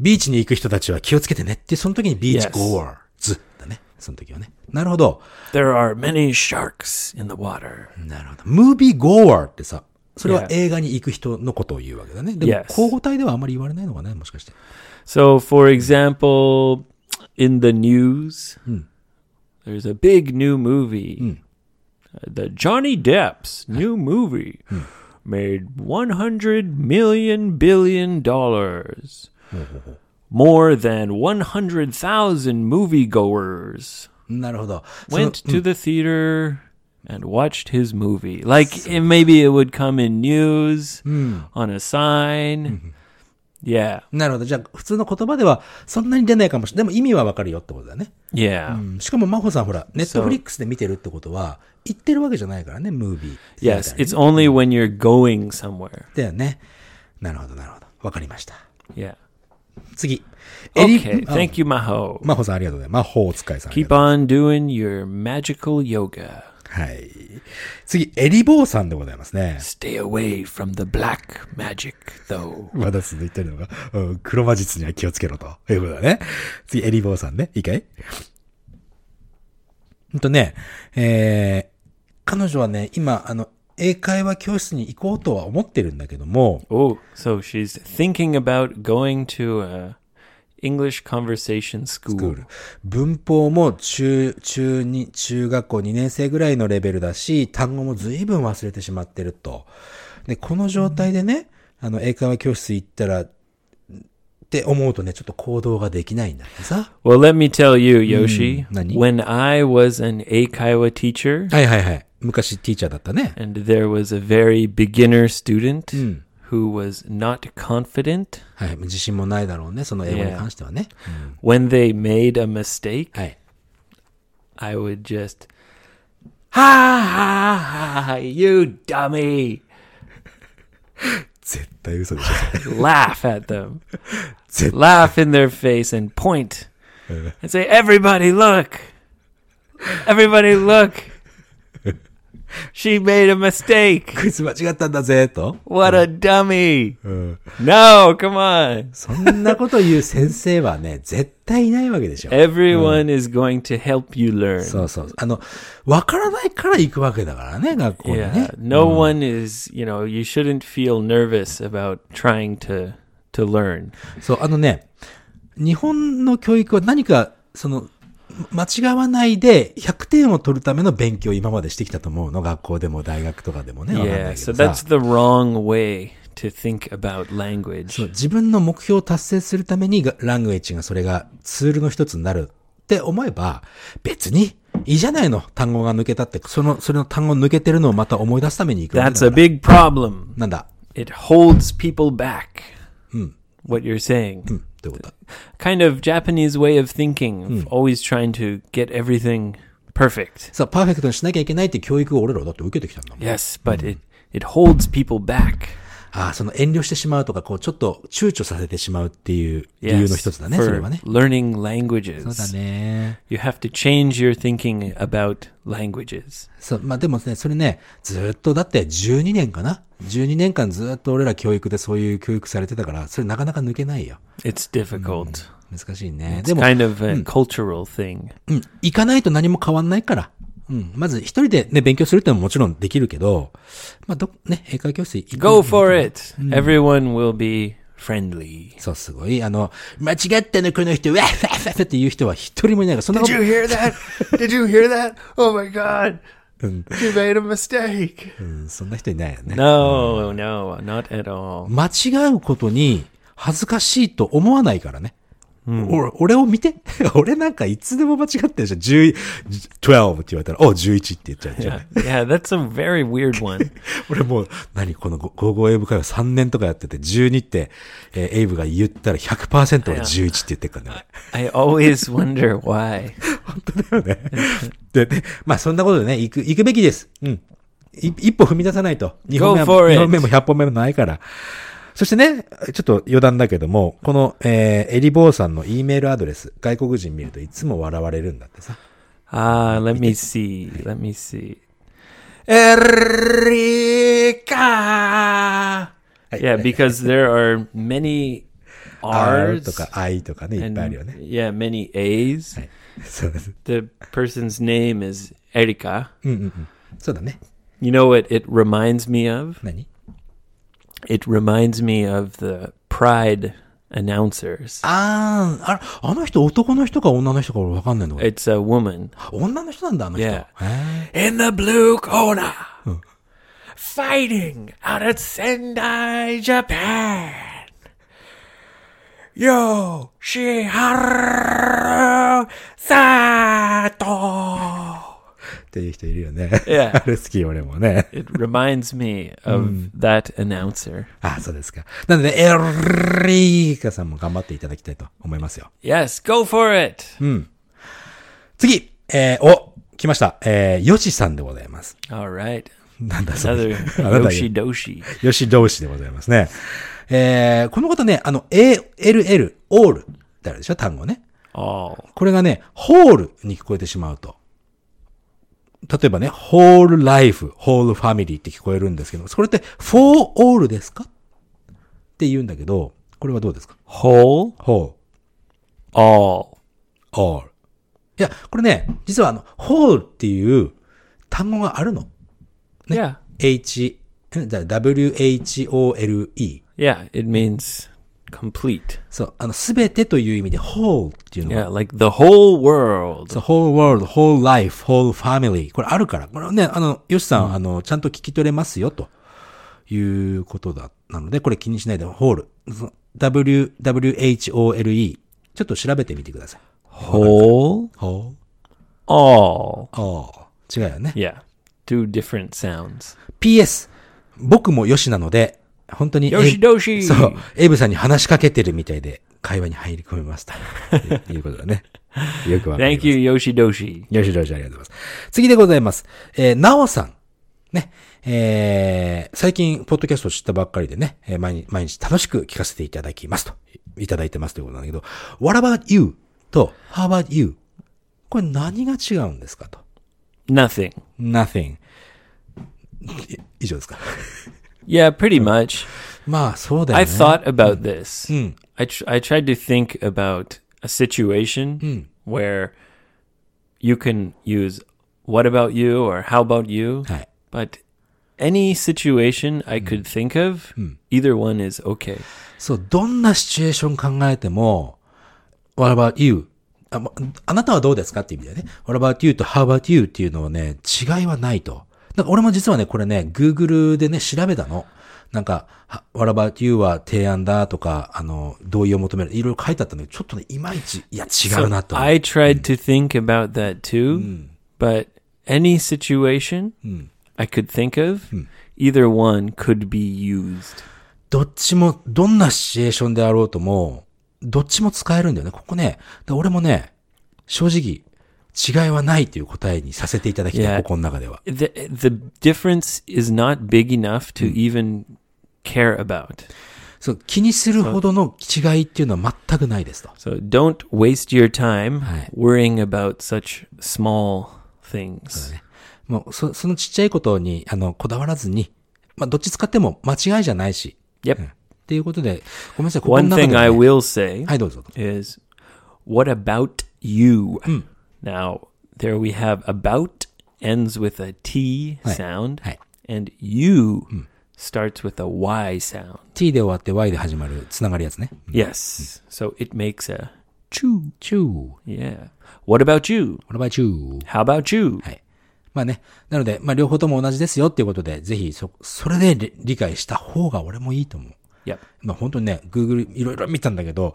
B: ビーチに行く人たちは気をつけてねって、その時にビーチ
A: Yes.
B: ゴーズだね。その時はね。なるほど。
A: There are many sharks in the water.
B: なるほど。ムービーゴーってさ、それは
A: Yeah.
B: 映画に行く人のことを言うわけだね。でも、
A: Yes.
B: 交互体ではあまり言われないのかね、もしかして。
A: So, for example, in the news, there's a big new movie. Uh, The Johnny Depp's new movie made 100 million billion dollars. More than 100,000 moviegoers
B: なるほど。その
A: went to the theater and watched his movie. Like it, maybe it would come in news on a sign. Yeah.
B: なるほど。じゃあ、普通の言葉ではそんなに出ないかもしれない。でも意味はわかるよってことだね。
A: Yeah.
B: うんしかも、真帆さんほら、ネットフリックスで見てるってことは、行ってるわけじゃないからね、ムービー。
A: Yes, it's only when you're going somewhere.
B: だよね。なるほど、なるほど。わかりました。
A: Yeah.
B: 次。
A: Okay,
B: あ
A: thank you, Maho.
B: 真帆さんありがとうございます。真帆お使いさん。
A: Keep on doing your magical yoga.
B: はい。次、エリボーさんでございますね。
A: Stay away from the black magic, though.
B: まだ続いてるのが、うん、黒魔術には気をつけろと。いうことだね。次、エリボーさんね。いいかいほんとね、えー、彼女はね、今、あの、英会話教室に行こうとは思ってるんだけども、
A: Oh, so she's thinking about going to a English conversation school.
B: 文法も中、中に、中学校2年生ぐらいのレベルだし、単語も随分忘れてしまってると。で、この状態でね、あの、英会話教室行ったら、って思うとね、ちょっと行動ができないんだってさ。
A: Well, let me tell you, Yoshi,
B: 何
A: when I was an Eikaiwa teacher
B: はいはいはい。昔ティーチャーだったね。
A: and there was a very beginner student who was not confident
B: はい。自信もないだろうね。その英語に関してはね。
A: when they made a mistake,
B: はい。
A: I would just, ha ha ha, you dummy,
B: 絶対嘘でしょ。それ
A: laugh at them,
B: 絶
A: laugh in their face and point and say, everybody look, everybody look, she made a mistake.
B: こいつ間違ったんだぜ、と。
A: What a dummy. No, come on.
B: そんなこと言う先生はね、絶対いないわけでしょ。
A: Everyone is going to help you learn.
B: そうそう。あの、わからないから行くわけだからね、学校に
A: yeah.
B: ね。
A: No one is, you know, you shouldn't feel nervous about trying to to learn.
B: そう、あのね、日本の教育は何か、その、間違わないで100点を取るための勉強を今までしてきたと思うの。学校でも大学とかでもね。わかんな
A: Yeah.
B: いけ
A: So
B: どさ
A: that's the wrong way to think about language.
B: そう自分の目標を達成するためにがラングエッジがそれがツールの一つになるって思えば、別にいいじゃないの。単語が抜けたって、その、それの単語抜けてるのをまた思い出すために行くわけだ
A: That's
B: か
A: a
B: ら。
A: big problem.
B: なんだ
A: It holds people back.
B: Hmm.
A: What you're saying.
B: うん、ってことだ。
A: Kind of Japanese way of thinking,
B: Hmm.
A: of always trying to get everything perfect.
B: さあ、パーフェクトにしなきゃいけないって教育を俺らはだって受けてきたんだもん。
A: Yes, but
B: Hmm.
A: it it holds people back.
B: ああ、その遠慮してしまうとか、こう、ちょっと躊躇させてしまうっていう理
A: Yes,
B: 由の一つだね、それ
A: for
B: はね。
A: learning languages.
B: そうだね。
A: You have to change your thinking about languages.
B: そう、まあでもね、それね、ずーっとだって12年かな ?12 年間ずーっと俺ら教育でそういう教育されてたから、それなかなか抜けないよ。
A: It's
B: Hmm.
A: difficult.
B: 難しいね。
A: It's
B: でも、
A: kind of a
B: Hmm.
A: cultural thing.
B: うん、行かないと何も変わんないから。うん、まず一人でね、勉強するってのももちろんできるけど、まあど、ね、英会話教室行く
A: Go for it. Everyone will be friendly.
B: そう、すごい。あの、間違ったの、この人、わっわっわっわっていう人は一人もいないから、そんなこと
A: hear that? Did you hear that? Oh my god. You made a mistake.
B: うんそんな人いないよね。
A: No, no, not at all.
B: 間違うことに恥ずかしいと思わないからね。俺俺を見て。俺なんかいつでも間違ってるじゃん。10 12って言われたら、おう、11って言っちゃうじゃん。
A: Yeah, that's a very weird one.
B: 俺もう、何このゴーゴー英語会話3年とかやってて、12って、えーエイブが言ったら100%俺11って言ってるからね。
A: I always wonder why.
B: で、で、まあそんなことでね、行く、行くべきです。うん。い一歩踏み出さないと。2本目
A: Go for
B: は、
A: it.
B: 二本目も100本目もないから。そしてね、ちょっと余談だけども、この、えー、エリボーさんの E メールアドレス、外国人見るといつも笑われるんだってさ。
A: Ah, let me see. Let me see.
B: エリカー
A: Yeah, because there are many
B: R
A: R's
B: とか I とかね、いっ
A: and
B: ぱいあるよね。
A: yeah, many A's.
B: そうです。
A: The person's name is Erika.
B: そうだね。
A: You know what it reminds me of?
B: 何
A: It reminds me of the Pride announcers.
B: あー、あら、あの人男の人か女の人か俺わかんないの。
A: It's a woman.
B: 女の人なんだ、あの人。
A: Yeah.
B: へー
A: In the blue corner, fighting out at Sendai, Japan. Yoshiharu Sato.
B: っていう人いるよね。
A: Yeah.
B: あれ好き、俺もね。
A: It reminds me of that announcer.
B: あ、そうですか。なので、エリーカさんも頑張っていただきたいと思いますよ。
A: Yes, go for it.
B: 次えー、お来ました。えー、ヨシさんでございます。
A: All right.
B: なんだそ
A: Another
B: れ。あなた
A: Yoshi Doshi.
B: ヨシ同士でございますね。えー、この方ね、あの、ALL、オールってあるでしょ、単語ね。
A: All.
B: これがね、ホールに聞こえてしまうと。例えばね、ホールライフ、ホールファミリーって聞こえるんですけど、それって、フォーオールですかって言うんだけど、これはどうですか
A: Whole.
B: ホ
A: All.
B: ール、オール。いや、これね、実はあの、ホールっていう単語があるの。
A: Yeah.
B: H、んだ WHOLE。
A: Yeah, it means complete.
B: そう、あの、すべてという意味で、whole っていうのが
A: Yeah, like the whole world.
B: The whole world, whole life, whole family. これあるから。これね、あの、ヨシさん、あの、ちゃんと聞き取れますよ、ということだ。なので、これ気にしないで、ホール。その W、WHOLE。ちょっと調べてみてください。
A: Whole.
B: ほ
A: All.
B: う。ああ。違うよね。
A: Yeah. Two different sounds.
B: PS。僕もヨシなので、本当に。
A: ヨシヨシ
B: そう。エイブさんに話しかけてるみたいで、会話に入り込み ました。ということだね。よくわかり
A: Thank
B: ます
A: you, Yoshi Doshi.
B: よしよし、ありがとうございます。次でございます。えー、なおさん。ね。えー、最近、ポッドキャストを知ったばっかりでね、えー毎日、毎日楽しく聞かせていただきますと。いただいてますということなんだけど、What about you? と、How about you? これ何が違うんですかと。
A: Nothing.
B: Nothing. い以上ですか。
A: Yeah, pretty much.
B: まあ、そうだよ
A: I
B: ね。
A: thought about this. I tr- I tried to think about a situation where you can use "What about you?" or "How about you?"
B: はい。
A: But any situation I could think of, either one is okay.
B: そう、どんなシチュエーション考えても、what about you? あまあなたはどうですかっていう意味だよね。what about you と how about you っていうのはね、違いはないと。なんか俺も実はね、これね、Google でね、調べたの。なんか、は what about you は提案だとか、あの、同意を求める。いろいろ書いてあったんだけど、ちょっとね、いまいち、いや、違うなと。
A: I tried to think about that too, but any situation I could think of, either one could be used.
B: どっちも、どんなシチュエーションであろうとも、どっちも使えるんだよね。ここね、だ俺もね、正直、違いはないという答えにさせていただきたい、
A: Yeah.
B: ここの中では。
A: The the difference is not big enough to even care about.
B: そう、気にするほどの違いっていうのは全くないですと。
A: So don't waste your time
B: Right.
A: worrying about such small things.
B: もう、そ、そのちっちゃいことに、あの、こだわらずに、まあ、どっち使っても間違いじゃないし、
A: Yep.
B: うんっていうことで、ごめんなさい、ここの
A: One
B: 中で、
A: thing
B: ね。
A: I will say
B: はい、どうぞ。
A: is what about you? Now, there we have about ends with a T
B: Right.
A: sound
B: Right.
A: and you starts with a Y sound.
B: t で終わって y で始まる、つながるやつね。
A: Yes. So it makes a choo.
B: チュー。
A: Yeah. What about you?
B: What about you?
A: How about you?
B: はい。まあね。なので、まあ両方とも同じですよっていうことで、ぜひ、そ、それで理理解した方が俺もいいと思う。
A: Yep.
B: まあ本当にね、Google いろいろ見たんだけど、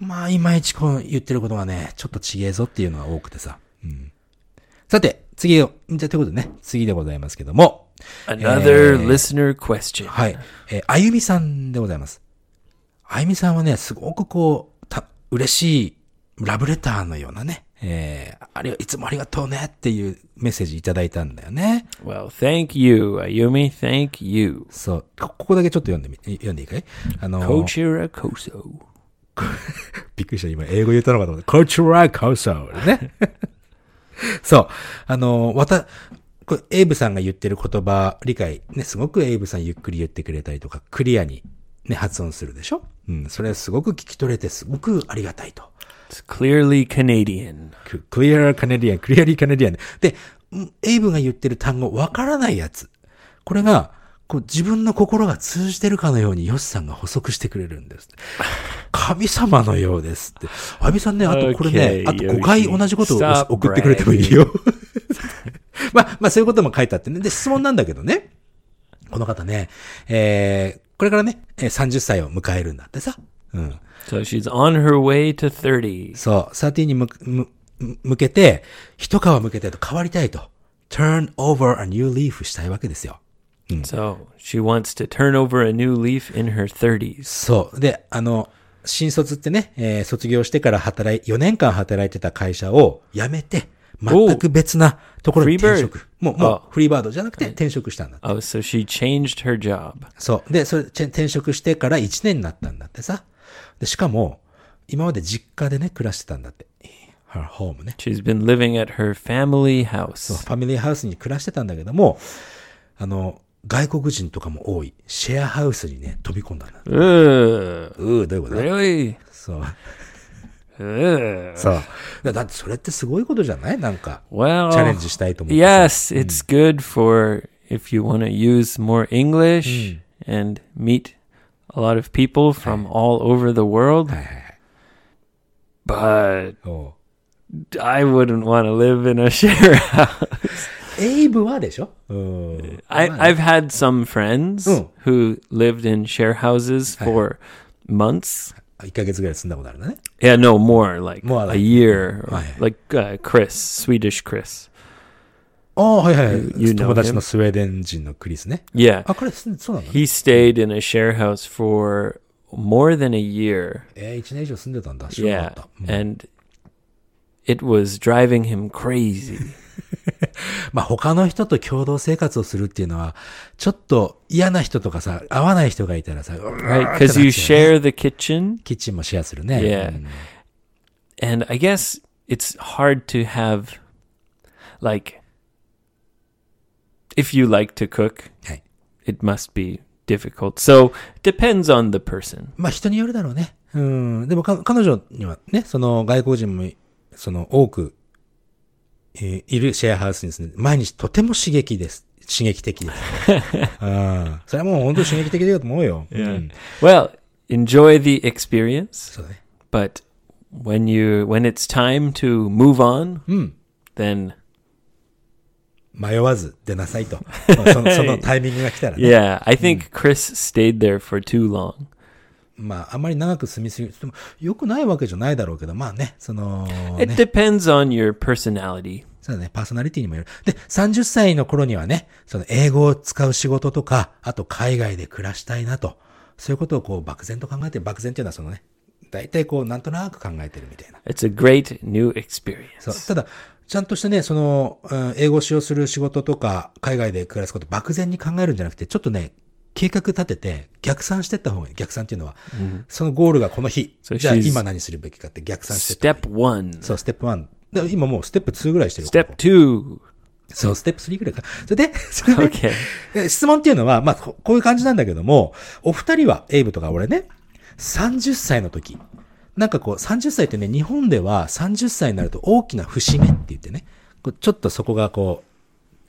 B: まあいまいちこう言ってることがね、ちょっとちげえぞっていうのが多くてさ。うん。さて、次を、じゃあということでね、次でございますけども、
A: Another
B: Eh.
A: listener question.
B: はい。えーあゆみさんでございます。あゆみさんはね、すごくこう、た、嬉しい、ラブレターのようなね、えー、あれ、いつもありがとうねっていうメッセージいただいたんだよね。
A: Well, thank you, Ayumi. Thank you.
B: そう。こここだけちょっと読んでみ、読んでいいかいあのー、
A: Kochira Koso.
B: びっくりした。今、英語言ったのかと思って。コ u チュラ c コ l ね。 そう。あの、わた、これエイブさんが言ってる言葉、理解、ね、すごくエイブさんゆっくり言ってくれたりとか、クリアに、ね、発音するでしょうん。それはすごく聞き取れて、すごくありがたいと。
A: It's clearly Canadian.
B: ククリアカネディアン、クリアリーカネディアン。で、うんエイブが言ってる単語、わからないやつ。これが、こう自分の心が通じてるかのようにヨシさんが補足してくれるんです。 神様のようですって。アビさんね、あとこれね
A: Okay,、
B: あと5回
A: Yoshi.
B: 同じことを
A: Stop
B: 送ってくれてもいいよ。 まあ、まあそういうことも書いてあってね。で、質問なんだけどね。この方ね、えー、これからね、えー30歳を迎えるんだってさ。うん。
A: So she's on her way to 30.
B: そう、13にむむ向けて、一皮向けてと変わりたいと。turn over a new leaf したいわけですよ。
A: So she wants to turn over a new leaf in her 30s.
B: そう。で、あの、新卒ってね、えー卒業してから働い、4年間働いてた会社を辞めて、全く別なところに転職。
A: お
B: もう、もう
A: あ、
B: フリーバードじゃなくて転職したんだって。
A: Oh, so she changed her job.
B: そう。で、それ、チェ転職してから1年になったんだってさ。で、しかも、今まで実家でね、暮らしてたんだって。her home ね。
A: She's been living at her family house.
B: ファミリーハウスに暮らしてたんだけども、あの、外国人とかも多い、シェアハウスにね、飛び込んだんだ。
A: Ugh,
B: うー、どういうことだ
A: really?
B: そう。
A: Ugh.
B: そう。だだってそれってすごいことじゃないなんか、チ
A: Well,
B: ャレンジしたいと思ってさ。
A: yes, it's good for if you want to use more English and meet a lot of people from all over the world.
B: はいはい
A: But
B: はい。おう
A: I wouldn't want to live in a share house.
B: エイブはでしょうん。
A: I, I've had some friends
B: Mm.
A: who lived in share houses for months.
B: 1ヶ月ぐらい住んだことあるんだね。
A: Yeah, no, more like
B: More
A: a
B: like- Oh,
A: year. or-
B: Right.
A: Like uh, Chris, Swedish Chris.
B: ああ、はいはいはい。
A: you know
B: 友達のスウェーデン人のクリスね。
A: Yeah.
B: あ、これ、すそうなの
A: He stayed in a share house for more than a year.
B: えー、1年以上住んでたんだ。知らな
A: Yeah.
B: かった。
A: And it was driving him
B: Ah,
A: crazy.
B: まあ他の人と共同生活をするっていうのは、ちょっと嫌な人とかさ、合わない人がいたらさ、うわーってなっ
A: Right?
B: ちゃう
A: Because you
B: ね
A: share the kitchen.
B: キッチンもシェアするね。
A: Yeah.
B: うん
A: And I guess it's hard to have, like, if you like to cook,
B: はい。
A: it must be difficult. So depends on the person.
B: まあ人によるだろうね。うん。でもか彼女にはね、その外国人も、その多く、えーいるシェアハウスに住んで、毎日とても刺激です。刺激的です。 うん。それはもう本当に刺激的だと思うよ。うん。
A: Well, enjoy the experience,
B: そうだね。
A: but when you when it's time to move on,
B: うん。
A: then
B: 迷わず出な さいと。そのそのタイミングが来たらね。
A: yeah, I think Chris stayed there for too long.
B: まあ、あんまり長く住みすぎても、よくないわけじゃないだろうけど、まあね、その、
A: It
B: ね、
A: depends on your personality.
B: そうだね、パーソナリティにもよる。で、30歳の頃にはね、その英語を使う仕事とか、あと海外で暮らしたいなと、そういうことをこう漠然と考えて、漠然っていうのはそのね、大体こう、なんとなく考えてるみたいな。
A: It's a great new experience.
B: そう。ただ、ちゃんとしたね、その、うん英語を使用する仕事とか、海外で暮らすこと、漠然に考えるんじゃなくて、ちょっとね、計画立てて、逆算してった方がいい。逆算っていうのは、そのゴールがこの日。
A: So
B: じゃあ
A: she's-
B: 今何するべきかって逆算してった。
A: Step 1.
B: そう、ステップ1。で今もうステップ2ぐらいしてるよ。
A: Step 2.
B: そう、ステップ3ぐらいか。それで、そ れで
A: Okay.
B: え質問っていうのは、まあ、ここういう感じなんだけども、お二人は、エイブとか俺ね、30歳の時、なんかこう、30歳ってね、日本では30歳になると大きな節目って言ってね、こうちょっとそこがこう、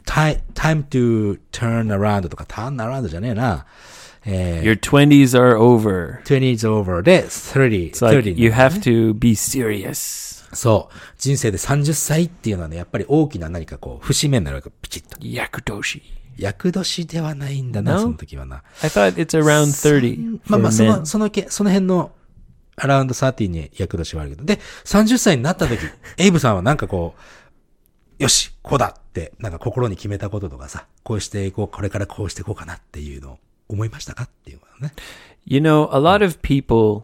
B: time, time to turn around とか、turn around じゃねえな、え
A: Your 20s are over.
B: ー、20 is over で30、
A: It's like
B: 30
A: you have to be serious.
B: そう。人生で30歳っていうのはね、やっぱり大きな何かこう、節目になるわけ。ピチッと。
A: Yakutoshi.
B: 厄年ではないんだな、
A: No?
B: その時はな。
A: I thought it's around 30.
B: まあ
A: for
B: まあ、そ
A: men.
B: の、そのけ、その辺の、アラウンド30に役年はあるけど。で、30歳になった時、 エイブさんはなんかこう、よし、こうだって、なんか心に決めたこととかさ、こうしていこう、これからこうしていこうかなっていうのを思いましたかっていうのね。
A: You know, a lot of Hmm. people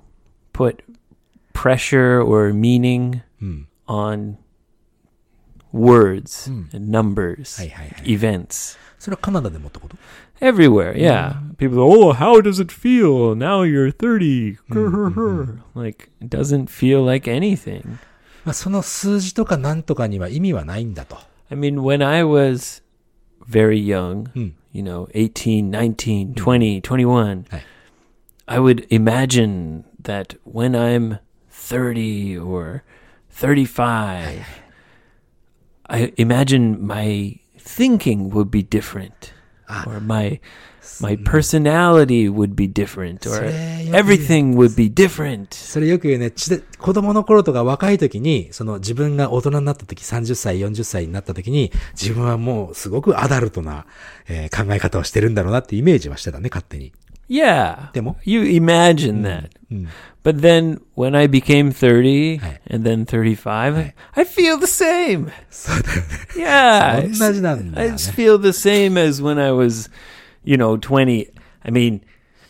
A: put pressure or meaning on words and numbers,
B: はいはいはい
A: events
B: それはカナダでもってこと
A: everywhere. Yeah, people. Are, oh, how does it feel now? You're thirty. Like, Mm-hmm, it doesn't feel like anything.
B: まあ、その数字とかなんとかには意味はないんだと。
A: I mean, when I was very young, you know, 18, 19, 20, 21,
B: Hey.
A: I would imagine that when I'm 30 or 35, I imagine my thinking would be different. Or my my personality would be different, or
B: Say you-
A: everything would be different.
B: それよく言うね、ちで子供の頃とか若い時に、その自分が大人になった時、30歳、40歳になった時に、自分はもうすごくアダルトな、えー考え方をしてるんだろうなってイメージはしてたね、勝手に。
A: Yeah,
B: でも
A: you
B: Hmm.
A: imagine that. But then when I became 30
B: Hey.
A: and then 35, I feel the same.
B: そうだよね。
A: Yeah. I
B: 同じなんだ
A: I
B: よね。
A: just feel the same as when I was, you know, 20. I mean,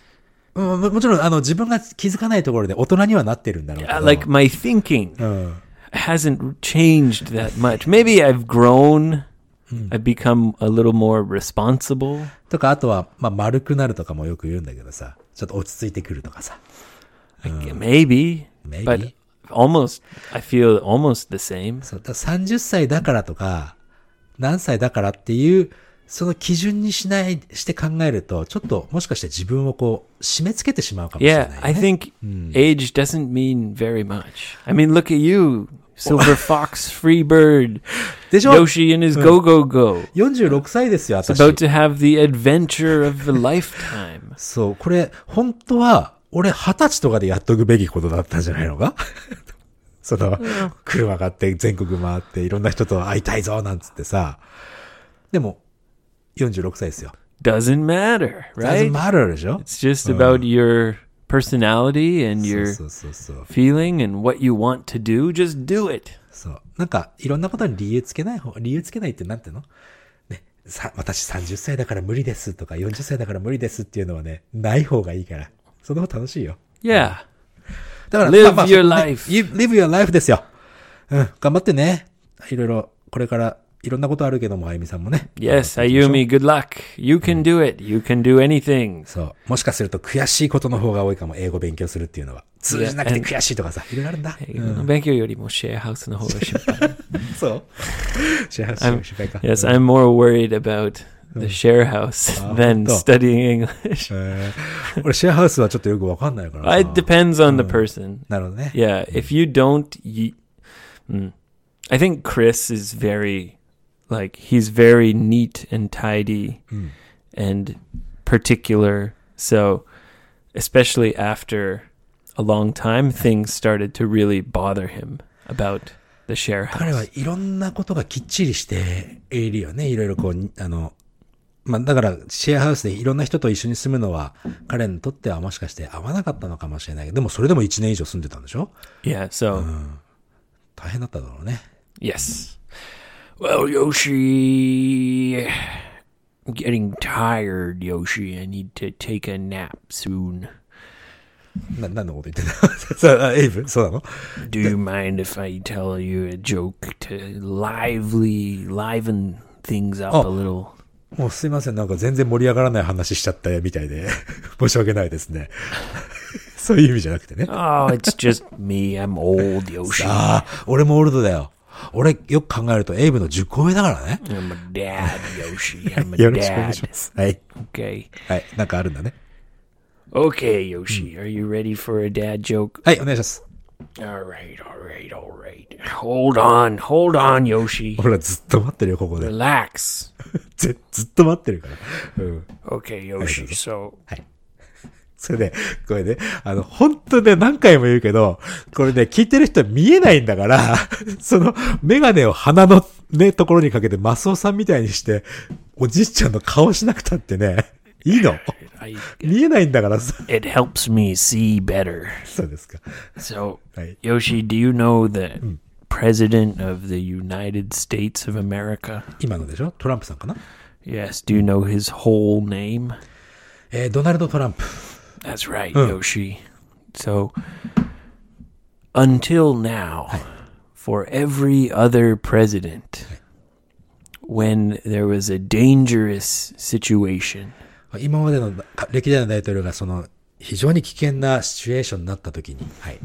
B: うんももちろん、あの、自分が気づかないところで大人にはなってるんだろうけ
A: I-
B: ど。
A: uh, like my thinking
B: うん。
A: hasn't changed that much. Maybe I've grown.
B: Hmm.
A: I've become a little more responsible.
B: とか、あとは、まあ、丸くなるとかもよく言うんだけどさ、ちょっと落ち着いてくるとかさ。
A: I g- Maybe.
B: Oh. Maybe.
A: But almost, I feel almost the same.
B: そう、だから30歳だからとか、何歳だからっていう、その基準にしない、して考えると、ちょっともしかして自分をこう、締め付けてしまうかもしれない
A: Yeah,
B: ね、
A: I think age doesn't mean very much. I mean, look at you, Silver Fox, Free Bird,
B: でしょ
A: Yoshi and his Go Go Go.
B: ?46 歳ですよ、私。
A: About to have the adventure of a lifetime.
B: そう、これ、本当は、俺20歳とかでやっとくべきことだったんじゃないのか その、車買って全国回っていろんな人と会いたいぞ、なんつってさ。でも、46歳ですよ。
A: Doesn't matter, right?
B: doesn't matter でしょ
A: It's just about your personality and
B: そう
A: your
B: そうそうそう。
A: feeling and what you want to do. Just do it.
B: そう。なんか、いろんなことに理由つけない方、理由つけないってなんていうのね、さ、私30歳だから無理ですとか、40歳だから無理ですっていうのはね、ない方がいいから。その方が楽しいよ。
A: Yeah.
B: だから、
A: Live
B: まあまあ
A: your
B: ね
A: life.
B: you- live your life ですよ。うん、頑張ってね。いろいろ、これから、いろんなことあるけども、あゆみさんもね。
A: Yes, Ayumi, good luck. You can do it. You can do anything.
B: そう。もしかすると悔しいことの方が多いかも、英語勉強するっていうのは。通じなくて悔しいとかさ、いろいろあるんだ。
A: 勉強よりもシェアハウスの方が心配。
B: そう。幸せ、失敗か。
A: Yes, I'm more worried about the share house than
B: Oh.
A: studying English.
B: えー俺、シェアハウスはちょっとよくわかんないからさ。
A: It depends
B: Oh.
A: on the person.
B: なるほどね。
A: Yeah, if you don't, you, mm. I think Chris is very, like, he's very neat and tidy
B: Hmm.
A: and particular. So, especially after a long time, things started to really bother him about the share
B: 彼は
A: house.
B: いろんなことがきっちりしているよね。いろいろこう、あの、まあ、だから、シェアハウスでいろんな人と一緒に住むのは、彼にとってはもしかして合わなかったのかもしれないけど、でもそれでも1年以上住んでたんでしょ
A: Yeah, so.
B: Uh-huh. 大変だっただろうね。
A: Yes. Well, Yoshi, I'm getting tired, Yoshi. I need to take a nap soon.
B: な、何のこと言ってた そうあエイブそうなの
A: Do you mind if I tell you a joke to lively, liven things up a
B: Oh.
A: little?
B: もうすいません。なんか全然盛り上がらない話しちゃったみたいで、申し訳ないですね。 そういう意味じゃなくてね。
A: Oh, it's just me. I'm old, Yoshi.
B: ああ、俺もオールドだよ。俺、よく考えると、エイブの10個上だからね。
A: I'm a dad, Yoshi. I'm a
B: よろしくお願いし
A: dad.
B: ます。はい。
A: Okay.
B: はい。なんかあるんだね。
A: Okay, Yoshi. Are you ready for a dad joke?
B: はい、お願いします。
A: All right, all right, all right. Hold on, hold on, Yoshi.
B: 俺らずっと待ってるよ、ここで。
A: Relax.
B: ずずっと待ってるから。うん。
A: Okay, Yoshi. So
B: それで、これね、あの、本当ね、何回も言うけど、これね、聞いてる人は見えないんだから、 その、メガネを鼻のね、ところにかけて、マスオさんみたいにして、おじいちゃんの顔しなくたってね、いいの
A: I,
B: 見えないんだからさ。
A: it helps me see better.
B: そうですか。
A: So,
B: Right.
A: Yoshi, do you know the president of the United States of America?
B: 今のでしょトランプさんかな
A: Yes. Do you know his whole name?
B: えー、ドナルド・トランプ。
A: That's right, Yoshi. So, until now, for every other president when there was a dangerous situation.
B: 今までの歴代の大統領がその非常に危険なシチュエーションになった時に、はい、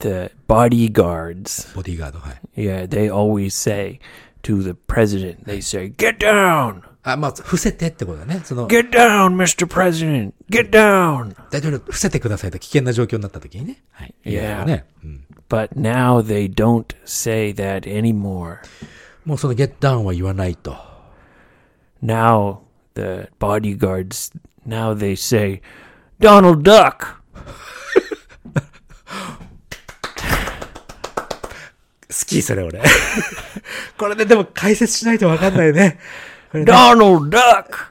A: The bodyguards,
B: ボディーガード、はい。
A: yeah, they always say to the president, they say, Get down!
B: あ、まあ、伏せてってことだね。その、
A: Get down, Mr. President! Get down!
B: 大統領伏せてくださいと危険な状況になった時にね。はい。
A: いやー
B: ね。うん。
A: But now they don't say that anymore.
B: もうそのゲットダウンは言わないと。
A: Now the bodyguards, now they say, Donald Duck!
B: 好き、それ俺。 これね、でも解説しないとわかんないね。
A: Donald Duck!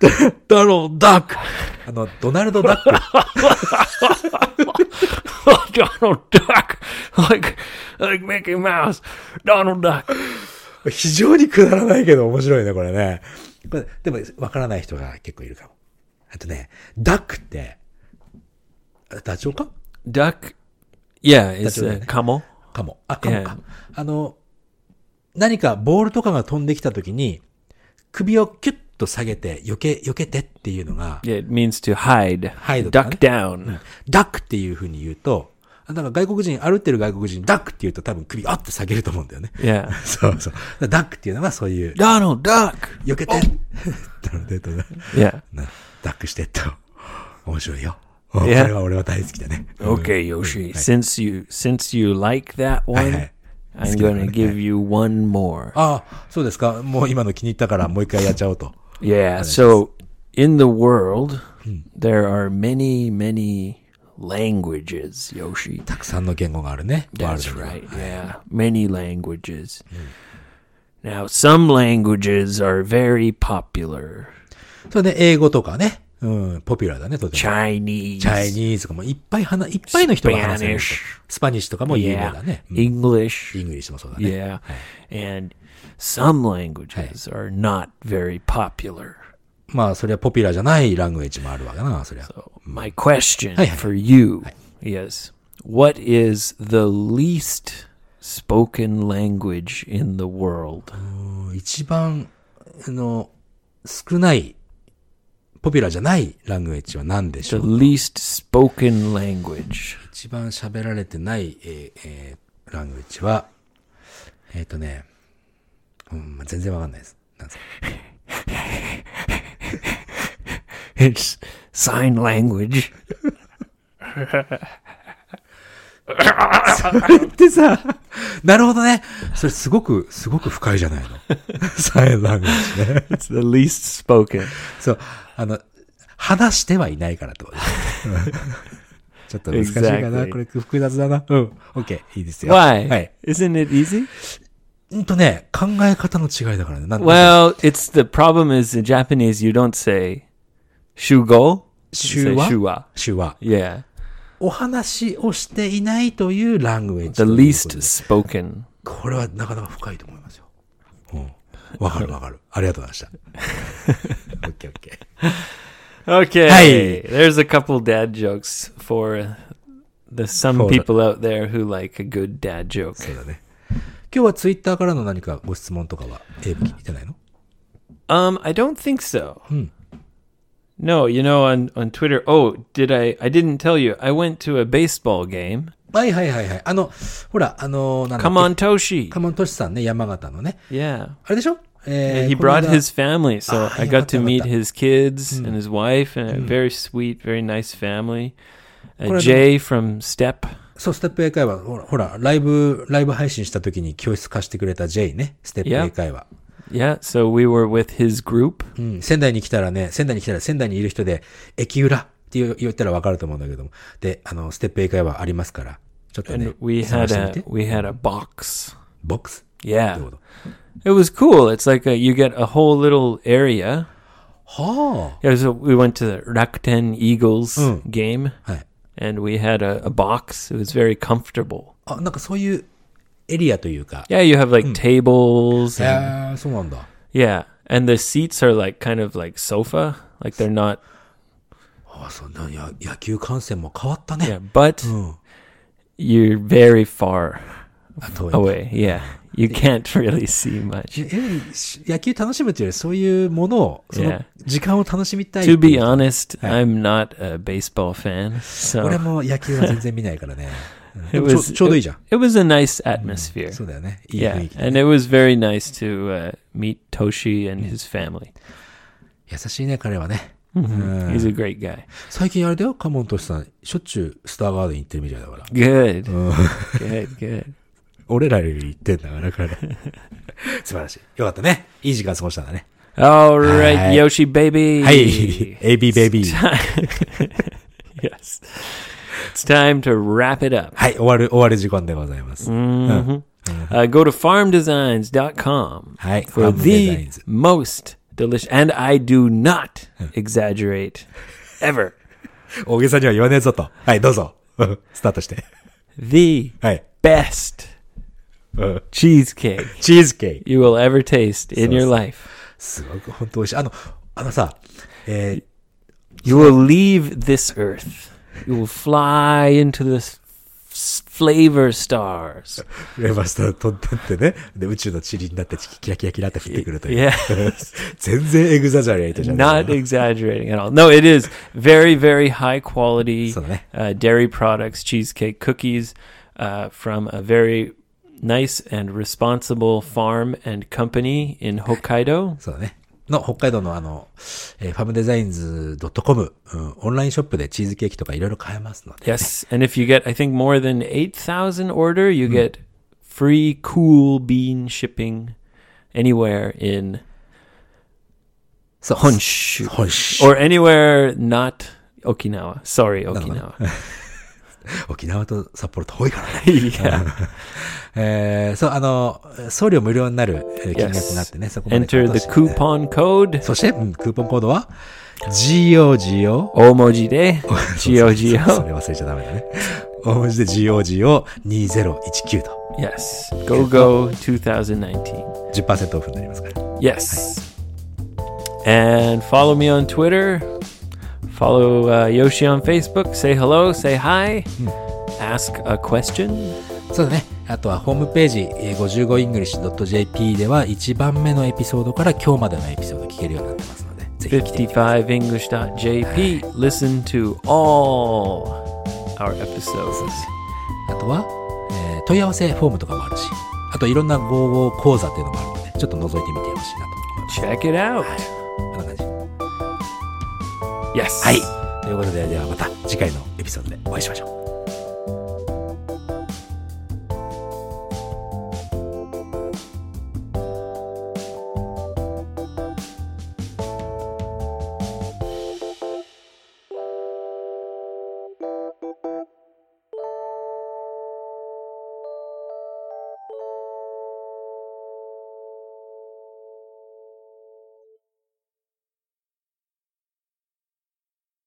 B: ダローダックあの、ドナルド・ダック。
A: Donald Duck! Like, like Mickey Mouse. Donald Duck.
B: 非常にくだらないけど面白いね、これね。これでも、わからない人が結構いるかも。あとね、ダックって、あダチョウか
A: Duck, yeah, it's
B: That's what I
A: a
B: mean.
A: camel.
B: かも。あ、かもか。
A: え
B: あの、何かボールとかが飛んできた時に、首をキュッと下げて、避け、避けてっていうのが、
A: Yeah, it means to hide.
B: Hide,
A: Duck
B: huh?
A: down.
B: ダックっていう風に言うと、あなんか外国人、歩ってる外国人、ダックって言うと多分首あって下げると思うんだよね。
A: Yeah.
B: そうそう。ダックっていうのがそういう、
A: Donald Duck!
B: 避けてなので、とな
A: Yeah.
B: なダックしてと。面白いよ。うんこ
A: いや
B: れは俺は大好きだね。
A: Okay, Yoshi. Since you since you like that one,
B: hey.
A: I'm gonna give you one more.
B: ああ、そうですか。もう今の気に入ったからもう一回やっちゃおうと。
A: Yeah. So in the world, there are many many languages, Yoshi.
B: たくさんの言語があるね。ワー
A: That's
B: ルドには
A: right. Yeah, Hmm. many languages. Now, some languages are very popular.
B: そうね、英語とかね。うん、ポピュラーだね、とても。
A: Chinese,
B: チャイニーズとかもいっぱい話、いっぱいの人が話せる
A: Spanish。
B: スパニッシュとかも有名
A: yeah,
B: だね。うん
A: English,
B: イングリッシュもそうだね。
A: yeah, and some languages are not very popular.
B: まあ、それはポピュラーじゃないラングエッジもあるわけな、そりゃ。
A: So my question
B: Hey, hey.
A: for you is what is the least spoken language in the world?
B: 一番、あの、少ない、ポピュラーじゃないラングエッジは何でしょ
A: The
B: う
A: least spoken language.
B: 一番喋られてない、えーえーラングエッジは、えっ、とね、うん、まあ全然わかんないです。なんですか
A: It's sign language.
B: でさ、なるほどね。それすごく、すごく深いじゃないの。 サインラングエッジね。
A: It's the least spoken.
B: そう、あの、話してはいないからっ てことねちょっと難しいかな。
A: Exactly.
B: これ複雑だな。うん。OK。いいですよ。
A: Why?
B: はい。
A: Isn't it easy?
B: うんとね、考え方の違いだからね。なんなんか
A: Well, it's the problem is in Japanese you don't say shugo. you say
B: 手話
A: shuwa.
B: 手話。
A: Yeah.
B: お話をしていないというラングエッジ
A: The
B: ということ
A: least
B: で。
A: spoken.
B: これはなかなか深いと思いますよ。うん。わかるわかる。ありがとうございま した。オッケーオッケー。
A: Okay. There's a couple dad jokes for the some
B: For the-
A: people out there who like a good dad joke.
B: そうだね。今日はツイッターからの何かご質問とかは、エイブ聞いてないの
A: Um, I don't think so.
B: Hmm.
A: No, you know on on Twitter. Oh, did I? I didn't tell you. I went to a baseball game.
B: はいはいはいはい。あの、ほら、あの、なんだっけ
A: Come on, Toshi.
B: カモントシさんね、山形のね。
A: Yeah.
B: あれでしょ
A: Yeah,
B: えー
A: he
B: この間
A: brought his family, so
B: Ah,
A: I got to
B: yamata,
A: meet
B: yamata.
A: his
B: Hmm.
A: kids and his wife, and a very sweet, very nice family. Uh,
B: Well,
A: Jay from Step.
B: そう、ステップ英会話、ほら、ほらライブ、ライブ配信した時に教室貸してくれた J ね、ステップ英会話。
A: Yeah, so we were with his group.
B: うん、仙台に来たらね、仙台に来たら仙台にいる人で、駅裏って言う言ったらわかると思うんだけども。で、あの、ステップ英会話ありますから、ちょっと
A: And
B: ね、
A: we
B: 探
A: had
B: してみ
A: a
B: て。
A: we had a box.
B: ボックスって
A: Yeah,
B: こと。
A: it was cool. It's like a, you get a whole little area.
B: は
A: Yeah, so we went to the Rakuten Eagles
B: Mm.
A: game,
B: あ。はい。
A: and we had a, a box. It was very comfortable.
B: あ、なんかそういうエリアというか。
A: Yeah, you have like tables.
B: へ
A: And,
B: ー、そうなんだ。
A: yeah, and the seats are like kind of like sofa, like they're not.
B: あ、そんな、や野球観戦も変わったね。
A: Yeah, but
B: Mm.
A: you're very far
B: あと、
A: away. Yeah. You can't really see much.
B: え野球楽しむっていうより、そういうものを、その
A: Yeah.
B: 時間を楽しみたいってい
A: To
B: う。
A: be honest,
B: Yeah.
A: I'm not a baseball fan.
B: 俺
A: So
B: も野球は全然見ないから ね。うんで
A: it
B: もちょ
A: was
B: ちょうどいいじゃ
A: it,
B: ん。
A: it was a nice atmosphere.
B: そうだよね。いい雰
A: Yeah.
B: 囲気で
A: And
B: ね、
A: it was very nice to uh, meet Toshi and his family. Mm-hmm.
B: 優しいね、彼はね。うん
A: He's a great guy.
B: 最近あれだよ、カモントシさん。しょっちゅうスターガーデン行ってるみたいだから。
A: Good.
B: うん
A: Good, good.
B: 俺らより行ってんだから、 彼。素晴らしい。よかったね。いい時間過ごしたんだね。
A: All right,
B: Hi.
A: Yoshi baby.
B: はい。AB ベビ ー。
A: yes. It's time to wrap it up.
B: はい、終わる、終わる時間でございます。
A: Mhm. Uh, go to farmdesigns.com
B: はい。
A: for
B: ファームデザイ
A: the
B: ンズ
A: most delicious. And I do not exaggerate ever.
B: 大げさには言わねえぞと。はい、どうぞ。スタートして。
A: The
B: はい。
A: best
B: うん、
A: cheesecake
B: チーズケーキ。
A: you will ever taste in your life.
B: すごく本当美味しい。あの、あのさ、え
A: You will leave this earth. You will fly into the s- s- flavor stars.
B: ー、レバースター飛んでってね。で、宇宙の塵になって、キラキラキラって降ってくるという。
A: Yeah.
B: 全然エグザジャレートじゃない。
A: not exaggerating at all. No, it is very, very high quality
B: そうだね。
A: uh, dairy products, cheesecake, cookies uh, from a very nice and responsible farm and company in Hokkaido.
B: そうだね。の、北海道のあの、えー、ファムデザインズ .com、うん、オンラインショップでチーズケーキとかいろいろ買えますので。
A: Yes, and if you get, I think, more than eight thousand order, you get free cool bean shipping anywhere in
B: そう。
A: Honshu
B: 本州。
A: or anywhere not Okinawa. Sorry, Okinawa.
B: 沖縄と札幌遠いからね。
A: yeah.
B: えー、そう、あの、送料無料になるえー金額になってね、そこまで買
A: Enter
B: うと
A: the
B: して。
A: coupon code
B: そして、うんクーポンコードは、GOGO。
A: Omojide.
B: そ
A: G-O-G-O.
B: れ忘れちゃダメだね。大文字で GOGO2019 と
A: Yes. Go Go 2019.
B: 10%オフになりますから。
A: Yes. And follow me on Twitter. Follow uh, Yoshi on Facebook. Say hello. Say hi. Ask a question.
B: そうだね。あとはホームページ、えー 55english.jp では1番目のエピソードから今日までのエピソード聞けるようになってますので、ぜひ来てみてください。
A: 55english.jp. Listen to all our episodes.
B: あとは、えー問い合わせフォームとかもあるし、あといろんな55講座っていうのもあるので、ちょっと覗いてみてほしいなと思います。
A: Check it out.
B: こんな感じ。は
A: Yes.
B: い。ということで、ではまた次回のエピソードでお会いしましょう。